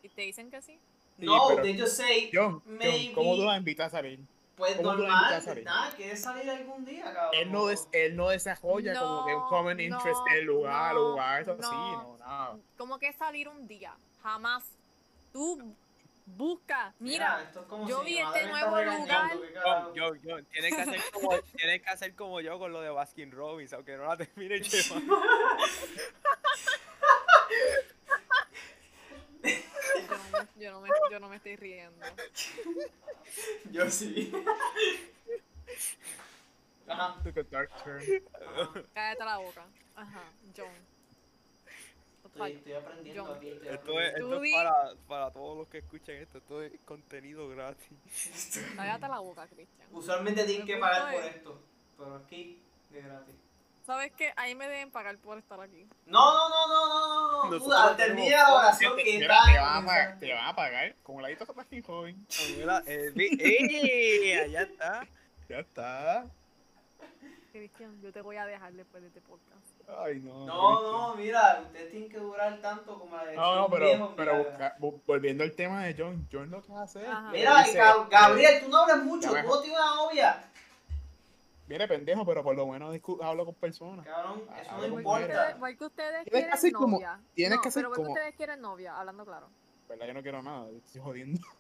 C: y te dicen que sí.
D: Sí,
A: no,
D: pero-
A: they just say,
D: John, John,
A: Maybe.
D: ¿cómo tú la invitas a salir?
A: pues
D: ¿cómo tú la
A: normal,
D: invitas a salir?
A: nada, quieres salir algún día, cabrón.
D: Él no, des, él no desarrolla como que un
C: No,
D: common
C: no,
D: interest en lugar,
C: no,
D: lugar, eso
C: no.
D: sí, no, nada.
C: Como que salir un día. Jamás. Tú busca.
A: Mira,
C: Mira,
A: esto es como
C: yo
A: si mi
C: vi este
A: madre me está
C: nuevo
A: regañando,
C: lugar.
A: qué
G: John,
A: carajo.
G: John, John, tienes que hacer como, tienes que hacer como yo con lo de Baskin Robbins, aunque no la termine llevando.
C: yo no me, yo no me, yo no me estoy riendo.
A: Yo sí. Ajá.
D: Took a dark turn.
A: ajá.
C: Cállate la boca. Ajá, John.
A: Estoy, estoy aprendiendo
C: John.
A: aquí. Estoy
G: Esto es,
A: aprendiendo.
G: esto
C: Dudy.
G: es para, para todos los que escuchan esto, esto es contenido gratis.
C: Cállate la boca, Cristian.
A: Usualmente tienes
C: El
A: que
C: punto
A: pagar por
C: es-
A: esto, pero aquí de gratis.
C: ¿Sabes qué? Ahí me deben pagar por estar aquí.
A: No, no, no, no, no, no, no.
D: Nosotros
A: duda,
D: tenemos
A: Termina la
D: cosas
A: oración
D: te-
A: que
D: mira,
A: está.
D: Te van a pagar, te van a pagar con la hito que joven.
G: Abuela, eh, vi- ¡Eh! Allá está.
D: Ya está.
C: Cristian, yo te voy a dejar después de este podcast.
D: Ay,
A: No,
D: no. Cristo.
A: no, mira, ustedes tienen que durar tanto como la de
D: No, no,
A: un
D: pero,
A: viejo,
D: pero
A: mira.
D: busca- vo- volviendo al tema de John, John lo que hace.
C: Ajá.
A: Mira,
D: dice,
A: Gab- Gabriel, tú no hablas mucho,
D: Ya
A: tú
D: me-
A: no tienes una novia.
D: Mire, pendejo, pero por lo menos discu- hablo con personas.
A: Cabrón,
D: Ah,
A: eso no
D: hablo con
A: importa.
D: mujeres.
C: Igual que ustedes
D: Tienes que
C: quieren
D: hacer como-
C: novia.
D: tienes
C: No,
D: que hacer
C: pero igual
D: como-
C: que ustedes quieren novia, hablando claro.
D: ¿Verdad? Yo no quiero nada, yo estoy jodiendo.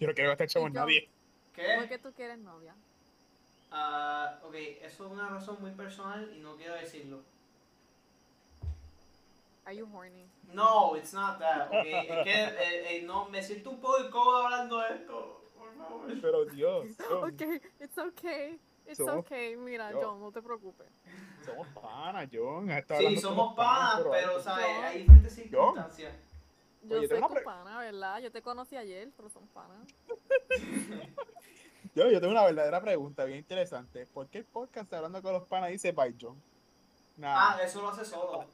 D: Yo no quiero gastar chavo
C: Y
D: en
C: yo-
D: nadie.
C: ¿Por
A: ¿Qué?
C: qué tú quieres novia?
A: Ah, ok, eso es una razón muy personal y no quiero decirlo.
C: Are you horny?
A: No, it's not that, ok. Es que eh, eh, no, me siento un poco incómodo hablando de esto, por favor.
D: Pero Dios, John,
C: Ok, it's okay. It's
D: Somos-
C: okay. Mira,
D: yo-
C: John, no te preocupes.
D: somos panas, John. has estado
A: Sí,
D: hablando con
A: somos
D: los panas,
A: panas, pero,
D: algo.
A: ¿sabes?
C: Yo-
A: Hay diferentes circunstancias.
C: Yo
D: Oye,
C: soy
D: tengo
C: tu
D: una pre-
C: pana, ¿verdad? Yo te conocí ayer, pero son panas.
D: Yo, yo tengo una verdadera pregunta bien interesante. ¿Por qué el podcast hablando con los panas dice by John?
A: Ah,
D: Nada.
A: eso lo hace solo.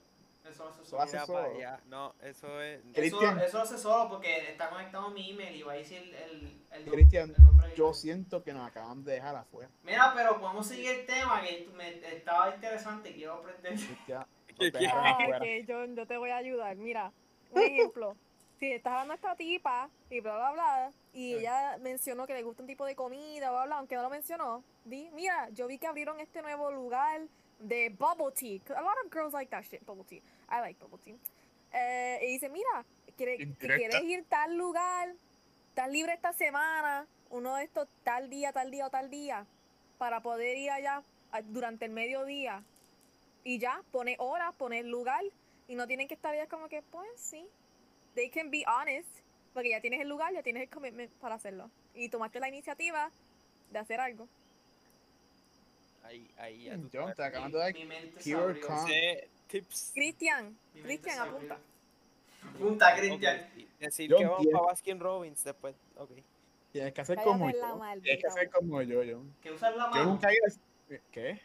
A: Eso lo hace
D: Lo
A: solo.
D: hace
G: Mira
D: solo.
G: para allá. No, eso es.
A: Eso,
D: Cristian.
A: eso lo hace solo porque está conectado a mi email y va a decir el, el, nom-
D: Cristian,
A: el nombre. del
D: yo
A: email.
D: siento que nos acaban de dejar afuera.
A: Mira, pero podemos seguir el tema que tú- me estaba interesante, quiero aprender.
D: Ya, nos dejaron
C: Ah,
D: afuera.
C: ok, John, yo te voy a ayudar. Mira, un ejemplo. Si estás hablando a esta tipa y bla, bla, bla, y ella mencionó que le gusta un tipo de comida, bla, bla, aunque no lo mencionó, di, mira, yo vi que abrieron este nuevo lugar de bubble tea. 'cause a lot of girls like that shit, bubble tea. I like bubble tea. Eh, y dice, mira, quiere- si
H: Indirecta.
C: quieres ir tal lugar, estás libre esta semana, uno de estos tal día, tal día o tal día, para poder ir allá a- durante el mediodía. Y ya, pone hora, pone lugar, y no tienen que estar ellas como que, pues sí. They can be honest, porque ya tienes el lugar, ya tienes el commitment para hacerlo. Y tomaste la iniciativa de hacer algo.
B: Ahí, ahí ya tú
D: John,
B: sabes.
D: te acaban de dar
A: Mi mente se
D: Pure
A: abrió.
D: con-
B: Entonces, tips.
C: Cristian,
A: Mi mente
C: Cristian,
A: se abrió.
C: apunta.
A: Punta, Cristian.
B: Ok, Decir
D: Yo
B: que vamos
D: entiendo.
B: para Baskin Robbins después. Ok.
D: Tienes que hacer
C: Cállate
D: como
C: la
D: yo.
C: maldita
D: Tienes que hacer
C: boca.
D: como yo, John.
A: Que usas la
D: Yo
A: mano.
D: nunca he ido a- ¿Qué?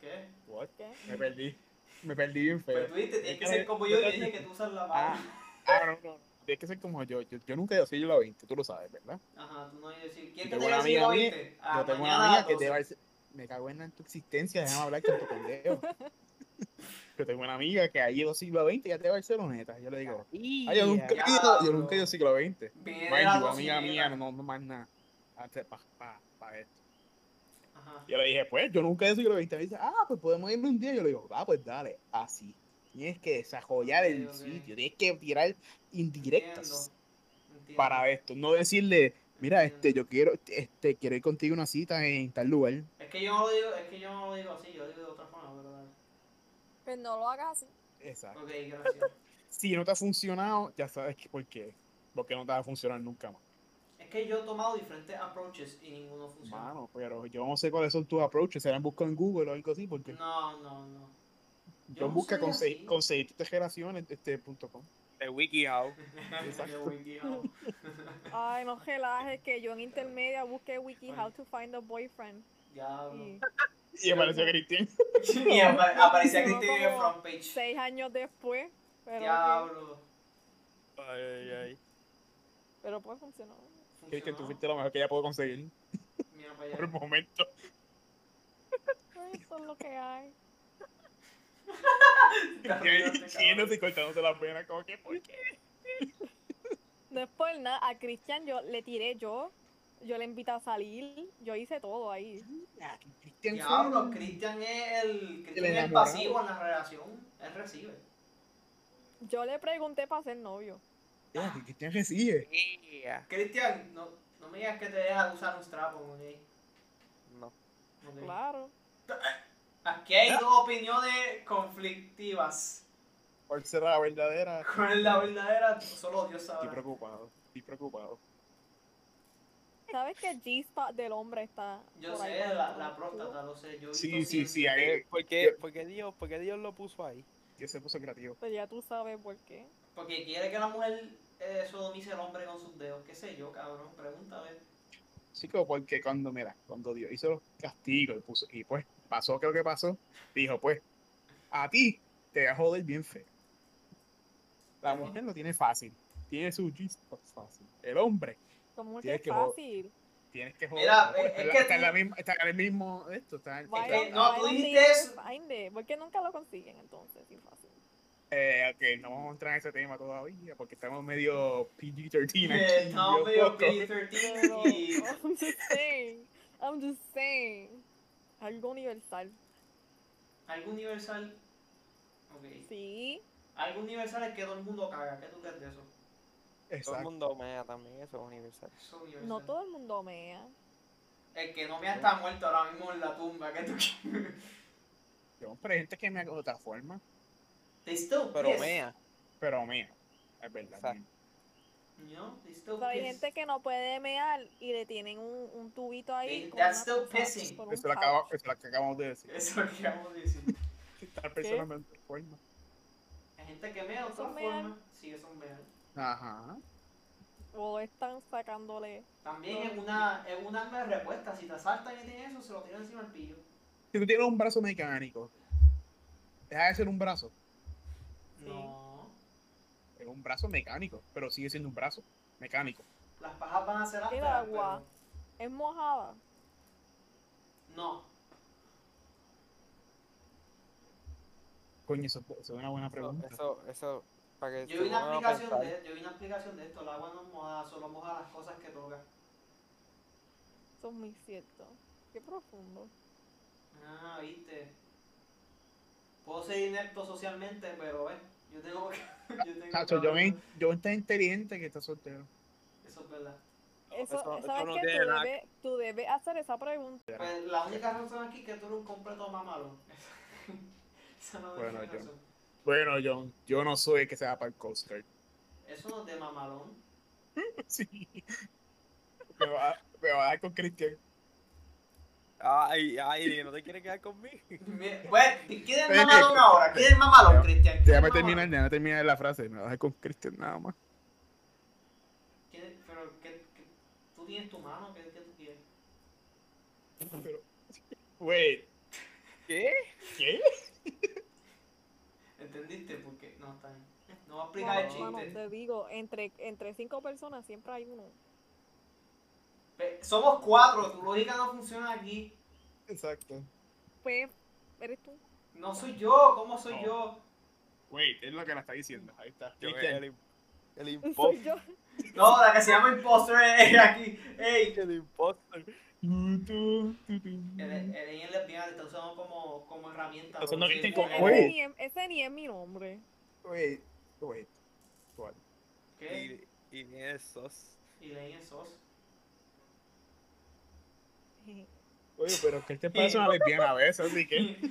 A: ¿Qué?
D: What?
C: ¿Qué?
D: Me perdí. Me perdí bien
A: Pero
D: feo.
A: tú dijiste,
D: Es
A: tienes que
D: que
A: ser
D: me-
A: como yo,
D: yo
A: yo
D: creo
A: dije
D: que-
A: que tú usas la
D: Ah,
A: mano.
D: ah, no, no. Tienes que ser como yo. Yo, yo nunca he ido a siglo XX, tú lo sabes, ¿verdad?
A: Ajá, tú no ibas a decir. ¿Quién
D: Yo
A: te
D: tengo una
A: debe decir
D: amiga mía-
A: oíste? Ah,
D: yo tengo una
A: mañana
D: amiga
A: a
D: que te
A: 12.
D: va a decir, me cago en tu existencia, déjame hablar con tu pendejo. yo tengo una amiga que ha ido siglo XX y ya te va a Barceloneta. Yo le digo, ay, yo nunca he ido, yo nunca he ido siglo XX.
A: Viene
D: Mind
A: la
D: you, amiga
A: cocinera.
D: mía, no, no más nada. Hace pa, pa, pa esto.
A: Ajá.
D: Yo le dije, pues, yo nunca he ido siglo XX. Me dice, ah, pues podemos irme un día. Yo le digo, ah, pues dale, así. Tienes que desarrollar el
A: Ok, ok.
D: sitio, tienes que tirar indirectas
A: Entiendo, entiendo.
D: para esto. No decirle, mira,
A: Entiendo.
D: este, yo quiero, este, quiero ir contigo a una cita en tal lugar.
A: Es que yo no lo digo, es que yo no lo digo así, yo lo digo de otra forma, pero dale.
C: Pues no lo hagas así.
D: Exacto.
A: Ok, gracias.
D: Si no te ha funcionado, ya sabes que por qué. Porque no te va a funcionar nunca más.
A: es que yo he tomado diferentes approaches y ninguno funciona.
D: Mano, pero yo no sé cuáles son tus approaches. ¿Serán buscar en Google o algo así? Porque
A: No, no, no.
D: yo,
A: yo no
D: busca
A: soy
D: conseguir,
A: así.
D: conseguir tus relaciones este, punto com.
B: De WikiHow.
A: Qué buen guión.
C: Ay, no relajes, que yo en intermedia busqué wiki
A: Bueno.
C: how to find a boyfriend.
A: Diablo.
C: Y
D: Y apareció Cristian.
A: Y apa- aparecía
C: Llegó
A: Cristina en el
C: como
A: front page.
C: seis años después, pero, ok,
A: Diablo.
B: Ay, ay, ay.
C: pero pues funcionó.
D: Cristian, tú
A: Funcionó.
D: fuiste lo mejor que ella pudo conseguir
A: Mira para
D: por el
A: allá.
D: momento.
C: Pues, Eso es lo que hay.
A: Está riéndote,
D: Yéndose
A: cabrón.
D: y cortándose la pena, como que, ¿por qué?
C: No es por nada, a Cristian yo le tiré yo, yo le invité a salir, yo hice todo ahí.
D: Ah, Cristian fue
A: Diablo,
D: un-
A: Cristian es el, Cristian es el
D: enamorado.
A: pasivo en la relación. Él recibe.
C: Yo le pregunté para ser novio.
D: Ah, que Cristian recibe.
B: Yeah.
A: Cristian, no, no me digas que te dejas usar un trapo, ok.
B: No.
A: Ok.
C: Claro.
A: Aquí hay dos opiniones conflictivas.
D: ¿Cuál será la verdadera?
A: ¿Cuál es la verdadera? Solo Dios
D: Estoy
A: sabe.
D: preocupado, estoy preocupado.
C: ¿Sabes que el G-spot del hombre está?
A: Yo
C: por ahí
A: sé,
C: por
A: la,
C: todo?
A: la próstata, lo sé. Yo he
D: Sí,
A: visto
D: sí, sí,
A: siempre.
D: ahí
B: ¿Por qué, por qué Dios, por qué Dios lo puso ahí?
D: que se puso creativo.
C: Pues ya tú sabes por qué.
A: Porque quiere que la mujer eh, sodomice al hombre con sus dedos. ¿Qué sé yo, cabrón? Pregúntale.
D: Chico, porque cuando, mira, cuando Dios hizo los castigos y, puso, y pues pasó creo que pasó, dijo pues, a ti te va a joder bien feo. La mujer lo tiene fácil, tiene su chispa fácil. El hombre,
C: Como que
D: Tienes
C: es
D: que joder.
C: fácil.
D: tienes que joder.
A: Mira, es- es
D: Pero
A: que
D: está, en
A: tú-
D: la misma, está en el mismo esto, está en-
C: Why
A: que-
C: don't-
D: está-
A: no,
C: why
A: tú
C: don't they
A: dijiste
C: just
A: eso.
C: find it? ¿Por qué nunca lo consiguen entonces? Sí, fácil.
D: eh, ok, no vamos a entrar en ese tema todavía porque estamos medio PG-13 aquí.
A: Eh, Estamos
D: yo
A: medio
D: poco.
C: Pero,
A: PG-13 y...
C: I'm just saying. I'm just saying. Algo universal.
A: Algo universal... Ok.
C: Sí.
A: Algo universal es que todo el mundo caga. ¿Qué tú crees de eso?
B: Todo el
D: Exacto.
B: mundo mea también, eso es universal.
A: Eso es universal.
C: No todo el mundo mea.
A: El que no me está muerto ahora mismo en la tumba. ¿Qué tú quieres?
D: Yo, Pero hay gente que me haga de otra forma,
A: They still
B: Pero
A: piss.
B: mea.
D: pero mío. Es verdad.
B: Exacto.
D: mía.
A: You know? They still
C: Pero hay
A: piss.
C: gente que no puede mear y le tienen un, un tubito ahí.
A: They-
C: con
A: that's
C: una
A: still
C: cosa-
A: pissing.
C: con un
D: Eso es lo que acabo-
C: pouch.
D: eso es lo que acabamos de decir.
A: Eso es lo que vamos a decir.
D: Tal personalmente forma.
A: Hay gente que mea de otra
C: Son meal.
A: forma. Sí, eso es meal.
D: Ajá.
C: O están sacándole.
A: También es una, es un arma de respuesta. Si te asaltan y tienes eso, se lo tiran encima al pillo.
D: Si tú tienes un brazo mecánico, deja de ser un brazo.
C: Sí.
A: No.
D: Es un brazo mecánico, pero sigue siendo un brazo mecánico.
A: Las pajas van a ser ásperas,
C: agua. Es mojada.
A: pero no.
D: Coño, eso, eso es una buena
B: Eso,
D: pregunta.
B: eso, eso, para que
A: Yo
B: se
A: vi una
B: pongan a
A: explicación
B: pensar.
A: de, yo vi una explicación de esto. El agua no es mojada, solo moja las cosas que toca.
C: Eso es muy cierto. Qué profundo.
A: Ah, viste. Puedo ser inepto socialmente, pero eh, yo tengo que. Yo tengo
D: Chacho,
A: que-
D: Ah, yo me- yo tan inteligente que está soltero.
A: Eso es verdad.
C: Eso,
B: Eso-
C: ¿sabes
B: eso no
C: qué?
B: tiene
C: Tú
B: nada-
C: debes, tú debes hacer esa pregunta.
A: Pues la única razón aquí es que tú eres un completo mamalón. Esa no es
D: Bueno,
A: la
D: yo-
A: razón.
D: Bueno, John, yo no soy el que se va para el Coast Guard.
A: Eso no es de mamalón.
D: Sí. Me va, me va a dar con Cristian.
B: Ay, ay, no te quieres quedar conmigo.
A: Mira, Pues, ¿quién es
D: Espérate.
A: mamalón ahora? ¿Quién es mamalón,
D: Ya-
A: Cristian? ¿Quién es
B: Ah.
D: Déjame
A: mamalón?
D: terminar, déjame terminar la frase. Me va a dejar con Cristian nada más.
A: ¿Quién- pero, ¿qué, qué- tú tienes tu mano? ¿Qué, qué tú quieres?
D: Pero, wait,
B: ¿Qué?
D: ¿qué?
A: ¿Entendiste? Porque no está bien. No va a explicar el
C: Mano,
A: chiste.
C: te digo, entre, entre cinco personas siempre hay uno.
A: Ve, Somos cuatro, tu lógica no funciona aquí.
D: Exacto.
C: Pues, eres tú.
A: No soy yo, ¿cómo soy
D: No.
A: yo?
D: Wait, es lo que la está diciendo. Ahí está.
B: Yo,
D: Cristian,
B: el, im- el
C: Soy
B: impostor.
C: yo.
A: No, la que se llama impostor es ella aquí. Ey,
B: El impostor.
D: Tu, tu, tu, tu.
A: Eren Eren es lesbiana, está usando como, como herramienta.
D: Está usando
A: ¿no?
D: Cristian
A: Sí,
D: como-
A: ¿no?
D: Güey.
C: Ese ni, es, ese ni es mi nombre.
D: Wait, wait. What?
A: ¿Qué?
B: Y, y ni esos.
A: Y Elaine es sos.
D: Oye, pero Cristian parece una lesbiana a veces, así que.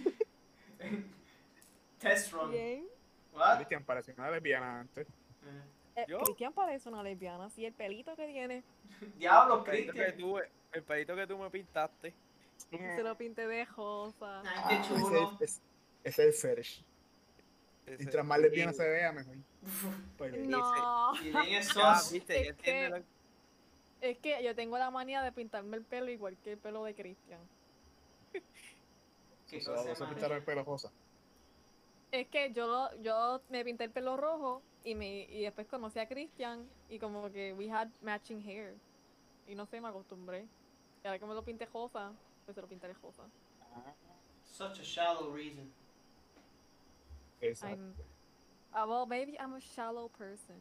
A: Test run.
C: Bien.
A: What?
D: Cristian parece una lesbiana antes.
A: Eh,
C: Eh,
B: ¿Yo?
C: Cristian parece una lesbiana, sí, el pelito que tiene.
A: Diablo,
B: El pelito, que
A: Cristian.
B: tú, el pelito que tú me pintaste.
C: Se lo pinté de rosa.
A: Mm. Ay,
D: Ah,
A: qué
D: ese
A: chulo.
D: es- es- ese es el fetish. Mientras más lesbiana
B: y-
D: se vea, mejor. Pues,
C: No,
A: Y Elaine es
B: Ya,
A: sos.
B: viste, ya
C: Es que-
B: entiende lo-
C: es que yo tengo la manía de pintarme el pelo igual que el pelo de Cristian.
A: Qué
D: eh, se va
A: cosa
D: a pintar el
A: más.
D: pelo rosa.
C: Es que yo lo- yo me pinté el pelo rojo y me y después conocí a Cristian y como que we had matching hair. Y no sé, me acostumbré. Y ahora que me lo pinté rosa, pues se lo pintaré rosa.
A: Such a shallow reason.
D: Exacto.
C: I'm, ah, well, maybe I'm a shallow person.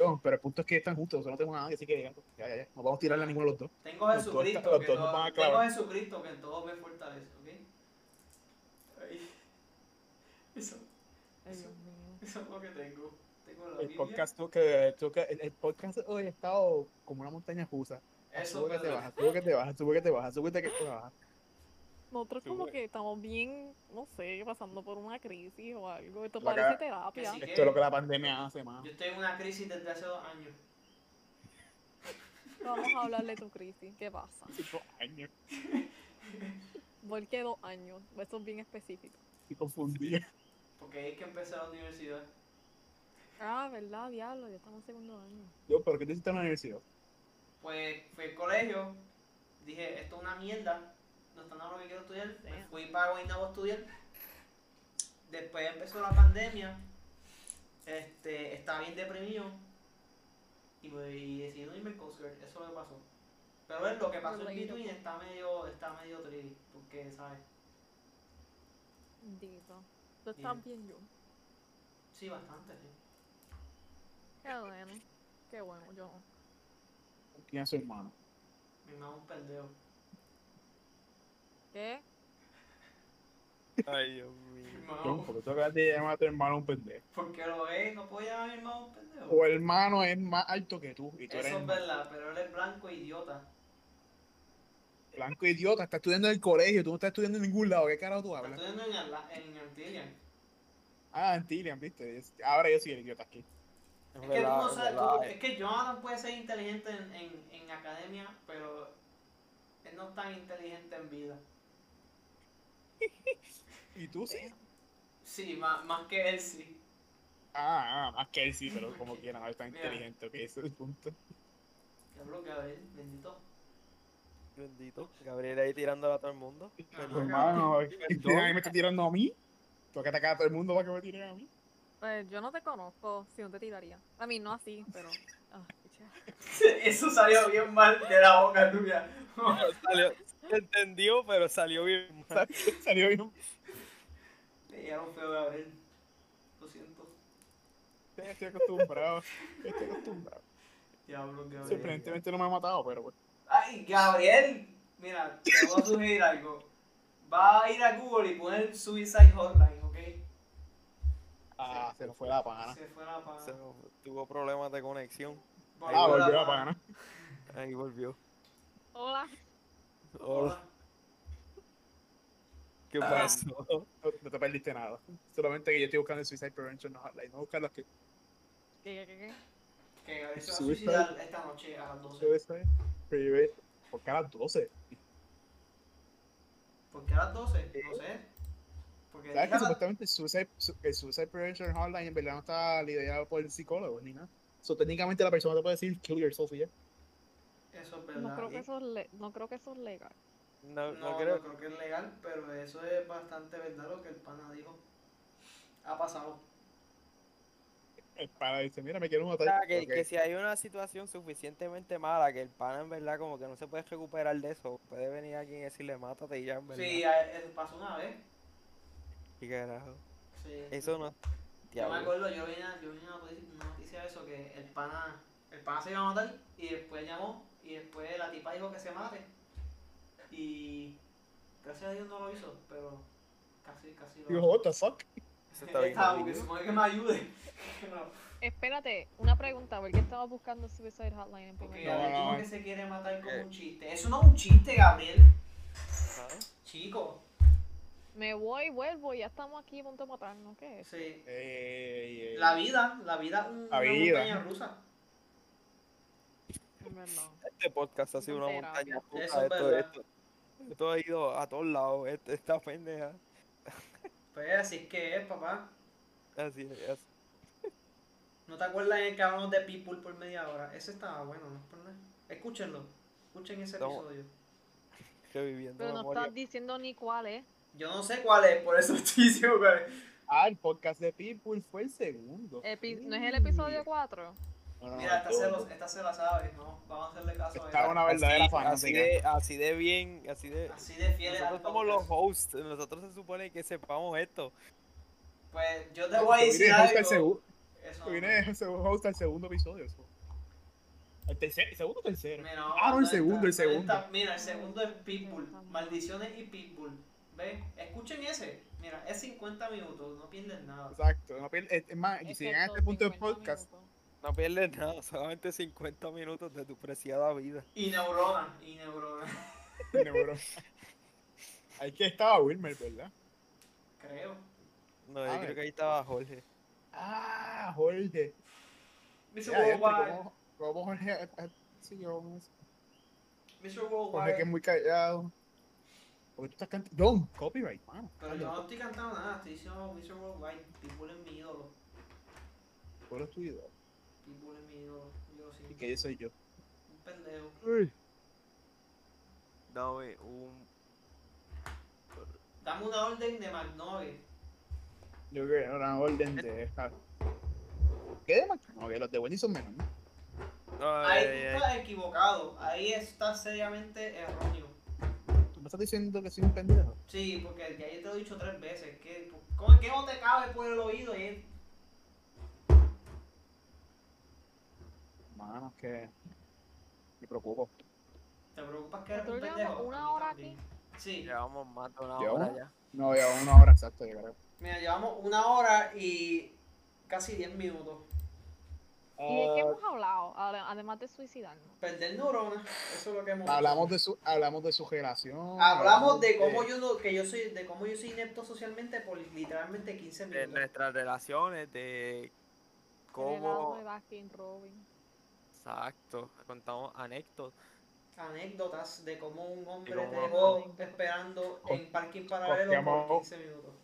D: No, pero el punto es que están juntos, o sea, no tengo nada que decir que ya, ya, ya, nos vamos a tirarle a ninguno de los dos.
A: Tengo a
D: Los dos
A: Jesucristo.
D: está- los
A: que
D: dos
A: todo-
D: nos van a
A: tengo a
D: clavar.
A: Jesucristo que en todo me fortalece, ¿ok? Ay. Eso,
C: Ay,
A: Eso-
C: Dios mío.
A: eso es lo que tengo. Tengo la
D: El
A: Biblia.
D: podcast, tuvo que, tuvo que- el, el podcast hoy ha estado como una montaña rusa.
A: Eso
D: Sube que
A: es
D: te
A: verdad.
D: bajas, sube que te bajas, sube que te bajas, sube que te bajas.
C: Nosotros como
B: Sube.
C: que estamos bien, no sé, pasando por una crisis o algo. Esto
D: Lo
C: parece
D: que-
C: terapia.
A: que sí.
D: Esto es lo que la pandemia hace, más.
A: Yo estoy en una crisis desde hace dos años.
C: Vamos a hablar de tu crisis. ¿Qué pasa?
D: Cinco años,
C: ¿Por qué dos años? Eso es bien específico.
D: estoy confundida.
A: Porque hay que empezar la universidad.
C: Ah, ¿verdad? Diablo, ya estamos en segundo año.
D: Yo, ¿pero qué te hiciste en la universidad?
A: Pues fui al colegio, dije, esto es una mierda, no está nada lo que quiero estudiar, me fui para Guaynabo a estudiar. Después empezó la pandemia, este, estaba bien deprimido y, me, y decidí no irme al Coast Guard, eso es lo que pasó. Pero es lo que pasó en
C: Relatable.
A: between está medio, está medio tricky, porque, ¿sabes?
C: Dito. Tú
A: estás
C: estás bien yo.
A: Sí, bastante, sí.
C: Qué bueno. Qué bueno, yo.
D: ¿Quién es su hermano?
A: Mi mamá es un pendejo.
C: ¿Qué?
B: Ay, Dios
A: Mi
B: mío.
A: mamá,
D: Yo, porque tú acabas de llamar a tu hermano un pendejo.
A: ¿Por qué lo es? ¿No puedo llamar a mi hermano un pendejo?
D: Tu hermano es más alto que tú y tú eres
A: Eso es verdad, pero él es blanco e idiota.
D: blanco idiota, estás estudiando en el colegio, tú no estás estudiando en ningún lado, ¿qué carajo tú
A: Lo
D: hablas?
A: estoy viendo en, Arla- en Antillian.
D: Ah, en Tillian, viste, es- ahora yo soy el idiota aquí.
A: Es que tú no sabes, tú- es que Jonathan puede ser inteligente en, en, en academia, pero él no es tan inteligente en vida.
D: ¿Y tú sí?
A: Sí, más, más que él sí.
D: Ah, ah, más que él sí, pero como quiera, no es tan
A: Mira.
D: inteligente, ok, ese es el punto.
A: Que hablo que a ver, bendito.
B: Bendito. Gabriel ahí tirándole a todo el mundo.
A: Ajá.
D: Hermano, Cristian ahí me está tirando a mí. Tengo que atacar a todo el mundo para que me tire a mí.
C: Pues yo no te conozco, si no te tiraría. A mí no así, pero. Ah, picha.
A: Eso salió bien mal de la boca tuya.
B: Salió, se entendió, pero salió bien mal.
D: Salió bien.
A: Te llegaron feo, Gabriel. Lo siento.
D: Estoy acostumbrado. Estoy acostumbrado.
A: Diablo, Gabriel.
D: pues, Sorprendentemente no me ha matado, pero bueno.
A: Ay, Gabriel. Mira, te voy a sugerir algo. va a ir a Google y poner Suicide Hotline, ¿ok?
D: Ah, se nos fue la pana.
A: Se fue la pana.
B: Se- tuvo problemas de conexión.
A: Volvió
D: Ah, volvió
A: la
D: la pana.
B: Ahí volvió.
G: Hola.
B: Hola, ¿qué
A: Ah.
B: pasó?
D: No, no te perdiste nada. Solamente que yo estoy buscando el Suicide Prevention Hotline. No buscar las que
G: ¿Qué, qué, qué?
A: Que Gabriel se va a
D: Suicide.
A: suicidar esta noche a las 12.
D: debe ser. Private. Porque a las 12.
A: ¿Por qué a las 12? No sé. Porque dije
D: ¿Sabes que
A: a las-
D: supuestamente el suicide, su- el suicide Prevention Hotline en verdad no está liderado por el psicólogo ni nada? So, técnicamente la persona te puede decir kill yourself y ya.
A: Eso es
C: No
A: verdad.
C: creo que eso es, le- no creo que eso es legal.
B: No,
A: No,
B: no creo.
A: que es legal, pero eso es bastante verdad lo que el pana dijo. Ha pasado.
D: El pana dice, Eh, mira, me quiero
B: O
D: matar.
A: Ah,
B: sea, que,
D: Ok.
B: que si hay una situación suficientemente mala que el pana en verdad como que no se puede recuperar de eso, puede venir alguien y decirle mátate y ya en verdad.
A: Sí, a- eso pasó una vez.
B: Y carajo.
A: Sí.
B: Eso no.
A: Yo me
B: Diablo.
A: acuerdo, yo vi una, yo vi una noticia, una noticia de eso, que el pana, el pana se iba a matar y después llamó y después la tipa dijo que se mate. Y gracias a Dios no lo hizo, pero casi, casi lo
D: Digo, what the fuck?
B: Eso está bien
A: Estaba, porque
B: horrible.
A: se supone que me ayude.
C: Espérate, una pregunta, ¿por qué estabas buscando Suicide Hotline en primer
A: Porque
D: No,
A: Gabriel
D: no,
A: como
D: no.
A: que se quiere matar como
B: Eh.
A: un chiste. Eso no es un chiste, Gabriel.
B: Ajá.
A: Chico.
C: Me voy, vuelvo y ya estamos aquí a punto de matarnos. ¿Qué es?
A: Sí.
D: Ey, ey.
A: La vida, la vida es un-
D: La
A: una
D: vida.
A: montaña rusa.
C: En verdad.
B: Este podcast ha sido una
C: Entera,
B: montaña rusa.
A: Eso es
B: esto,
A: verdad.
B: esto, esto ha ido a todos lados, este- esta pendeja.
A: Pues así es que es, papá.
B: Así es. así.
A: ¿No te acuerdas en el que hablamos de People por media hora? Ese estaba bueno, no es por nada. Escúchenlo. Escuchen ese
B: Estamos-
A: episodio.
B: Reviviendo
C: Pero no
B: memoria.
C: estás diciendo ni cuál es.
A: Yo no sé cuál es, por eso estoy diciendo cuál es.
D: Ah, el podcast de People fue el segundo.
C: Epi- ¿No es el episodio 4?
D: No, no,
A: Mira,
D: no,
A: esta se,
D: todo.
A: lo, esta se la sabe, ¿no? Vamos a hacerle caso a
D: Está
A: ella.
D: una verdadera
B: así,
D: fanática.
B: así de, así de bien, así de...
A: Así de fiel al
B: Nosotros somos los
A: podcast.
B: hosts, nosotros se supone que sepamos esto.
A: Pues yo te voy a decir
D: Tú vienes host al
A: algo.
D: segu-
A: Eso
D: tú
A: no-
D: vienes host al segundo, episodio. eso. El tercer- el segundo o tercero.
A: Mira, vamos
D: Ah,
A: a
D: no, el
A: ver
D: segundo, el
A: esta- esta-
D: segundo.
A: Mira, el segundo es Pitbull. Maldiciones y Pitbull. ¿Ves? Escuchen ese. Mira, es 50 minutos, no pierden nada.
D: Exacto. no pier- es es más, y si llegan a este punto del
G: del
D: podcast,
B: No pierdes nada, solamente 50 minutos de tu preciada vida.
A: Y neuronas, y neuronas.
D: neuro. Ahí que estaba Wilmer, ¿verdad?
A: Creo. Ah,
B: No,
D: A
B: yo
D: ver.
B: creo que ahí estaba Jorge.
D: Ah, Jorge.
A: Mr.
D: Ya, este,
A: Worldwide.
D: ¿cómo- cómo Jorge? eh, eh, sí, yo-
A: Mr.
D: Jorge que es
A: Worldwide.
D: muy callado. Porque tú estás cantando. John, copyright, mano.
A: Pero yo no estoy cantando nada, estoy diciendo Mr. Worldwide. Pitbull es mi ídolo.
D: ¿Cuál es tu idea?
A: Pitbull es mi ídolo. Yo sí.
D: Y que yo soy yo.
A: Un pendejo.
B: Dame un...
A: Dame una orden de McNugget.
D: Yo creo que era una orden de esta. ¿Qué de Mac? No, que los de Wendy son menos, ¿no?
A: Ahí tú estás equivocado. Ahí estás seriamente erróneo.
D: ¿Tú me estás diciendo que soy un pendejo?
A: Sí, porque ya yo te lo he dicho tres veces. Que, ¿Cómo que no te cabe por el oído? Y es-
D: Mano, es que. Me preocupo.
A: ¿Te preocupas que eres
C: Nosotros
A: un
C: llevamos
A: pendejo?
C: una
A: A mí
C: hora
A: también. Sí.
B: Llevamos más de una
D: ¿Ya
B: hora
D: una?
B: ya.
D: No, ya una hora exacto, yo creo.
A: Mira, llevamos una hora y casi 10 minutos.
C: ¿Y
A: Eh,
C: de qué
D: Ah,
C: hemos hablado? Ade- Además de suicidarnos.
A: Perder neuronas, eso es lo que hemos
D: hablamos de su, hablamos de su relación. Eh,
A: Hablamos de cómo yo no- que yo soy, de cómo yo soy inepto socialmente por literalmente 15
B: De
A: minutos.
B: nuestras relaciones, de
C: Heredado de
B: cómo...
C: Baskin Robin.
B: Exacto, contamos anécdotas.
A: Anécdotas de cómo un hombre
B: De cómo-
A: dejó esperando en parking paralelo por
D: Costeamos-
A: 15 minutos.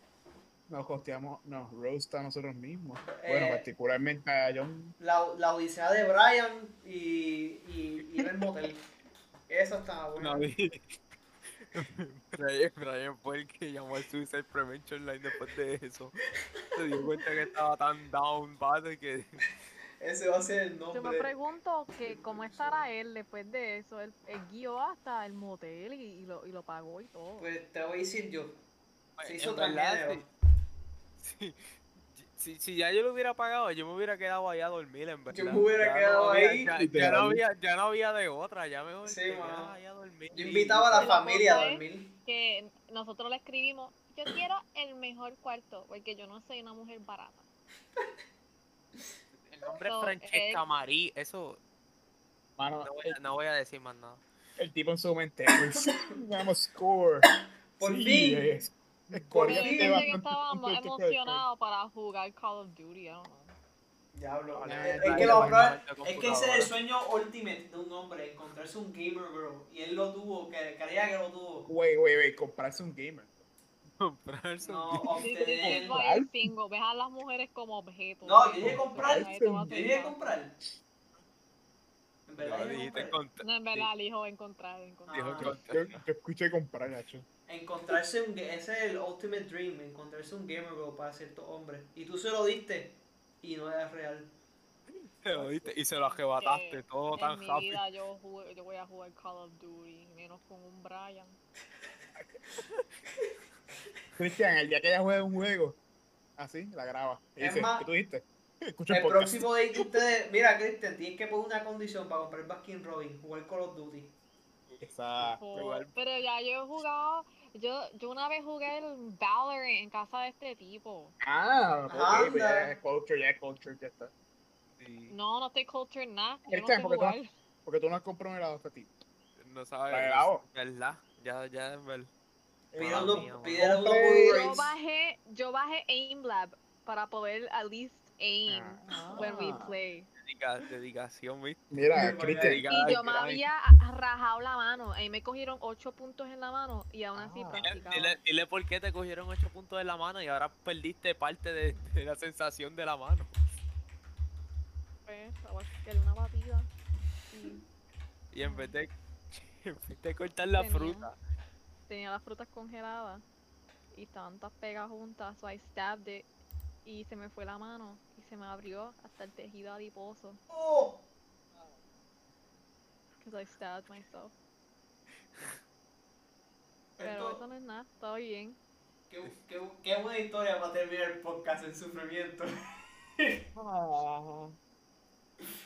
D: Nos costeamos, nos roasta a nosotros mismos.
A: Eh,
D: Bueno, particularmente a John.
A: La, la odisea de Brian y, y ir al motel. Esa estaba buena.
B: Brian, Brian fue el que llamó al Suicide Prevention Line después de eso. Se dio cuenta que estaba tan down bad que
A: Ese va a ser el
G: Yo me
A: nombre.
G: pregunto que cómo estará él después de eso. Él, él guió hasta el motel y, y lo, y lo pagó y todo.
A: Pues te voy a decir yo. Se
B: en
A: hizo
B: verdad,
A: transgénero.
B: sí, sí,
G: si, si ya yo lo hubiera pagado, yo me hubiera quedado allá a dormir, en verdad.
A: Yo me hubiera
G: Ya no
A: quedado
G: había-
A: ahí.
G: Ya, ya no había, ya no había de otra, ya mejor
A: Sí,
G: te
A: mano.
G: quedabas allá a dormir.
A: Yo
G: y-
A: invitaba a la
I: Pero la
A: familia a
I: cosa es-
A: dormir.
C: que nosotros le escribimos, yo quiero el mejor cuarto, porque yo no soy una mujer barata.
G: El nombre es
C: So,
G: Francesca
C: eh,
G: Marí, eso
D: Mano,
G: no voy,
D: el,
G: a, no voy a decir más nada.
D: el tipo en su mente. pues, Vamos, score.
A: Por
D: Sí, eh,
A: fin.
G: eh.
D: es- es
A: Por
C: Pero yo
A: fin.
C: pensé
D: corriente
C: que
D: bastante
C: estaba
D: punto de este juego.
C: emocionado para jugar Call of Duty, I don't know.
A: Diablo. eh,
G: Vale,
A: es,
G: vale,
A: es
G: vale,
A: que lo
G: vale,
A: peor-
G: vale, vale,
A: es que ese es el
G: computadora.
A: sueño ultimate de un hombre, encontrarse un gamer bro. Y él lo tuvo, que creía que lo tuvo.
D: Wey, wey, wey, comprarse un gamer.
G: Comprarse un
A: No,
C: Sí, sí, sí,
A: obtener.
C: eso ahí es single, ves a las mujeres como objetos.
A: No, yo dije comprar,
C: Nadie te va a
A: Yo llegué a
C: hacer nada.
A: comprar. En verdad,
G: No,
A: yo
G: dijiste
A: compré.
G: encontrar-
C: No, en verdad, el hijo va a encontrar, encontrar.
G: dijo
A: Ah.
D: Yo,
G: encontrar.
D: yo escuché comprar, Nacho.
A: Encontrarse un ga- ese es el ultimate dream, encontrarse un gamer bro para cierto hombre. Y tú se lo diste y no era real.
G: Te oíste, Y se lo arrebataste todo
C: en
G: tan
C: mi
G: rápido.
C: vida yo, jugué- yo voy a jugar Call of Duty, menos con un Brian.
D: Cristian, el día que ella juegue un juego, así, la graba. Y
A: Es
D: dice,
A: más,
D: ¿qué tú dijiste? Escucha
A: El
D: el podcast.
A: próximo date que ustedes, mira Kristen, tienes que poner una condición para comprar Baskin Robin, jugar Call of Duty.
D: Exacto.
C: Oh,
G: Ah, igual.
C: Pero ya yo he jugado, yo, yo una vez jugué el Valorant en casa de este tipo.
D: Ah, ok, pues ya
A: Anda.
D: es culture, ya es culture, ya está.
G: Sí,
C: No, no estoy culture nada. Yo no
D: Cristian,
C: sé
D: ¿por qué tú no-
C: jugar.
D: Porque tú no has comprado un helado para ti.
G: No sabes.
D: Pegado.
G: ¿Verdad? Ya, ya es verdad.
A: Pide
G: Ah,
A: unos-
G: mío,
A: pide unos
D: Compré-
A: Blu-rays.
C: Yo bajé, yo bajé Aim Lab para poder at least aim
D: Ah.
C: when we play.
G: Dedica- dedicación, ¿viste?
D: Mira,
A: Mira, Marica.
D: Cristian,
G: Dedicada
C: y yo
G: al
C: me
G: gran-
C: había rajado la mano. Ahí me cogieron 8 puntos en la mano y aún así
D: Ah.
G: Dile,
C: practicaba.
G: dile- dile por qué te cogieron 8 puntos de la mano y ahora perdiste parte de, de la sensación de la mano.
C: Pues, estaba haciendo una batida.
G: Y en vez de, en vez de cortar la
C: Tenía.
G: fruta,
C: Tenía las frutas congeladas y estaban todas pegas juntas. So I stabbed it y se me fue la mano y se me abrió hasta el tejido adiposo.
A: Oh,
C: Because I stabbed myself. Pero eso
A: esto,
C: no es nada, todo bien.
A: qué, qué, qué buena historia para terminar el podcast en sufrimiento.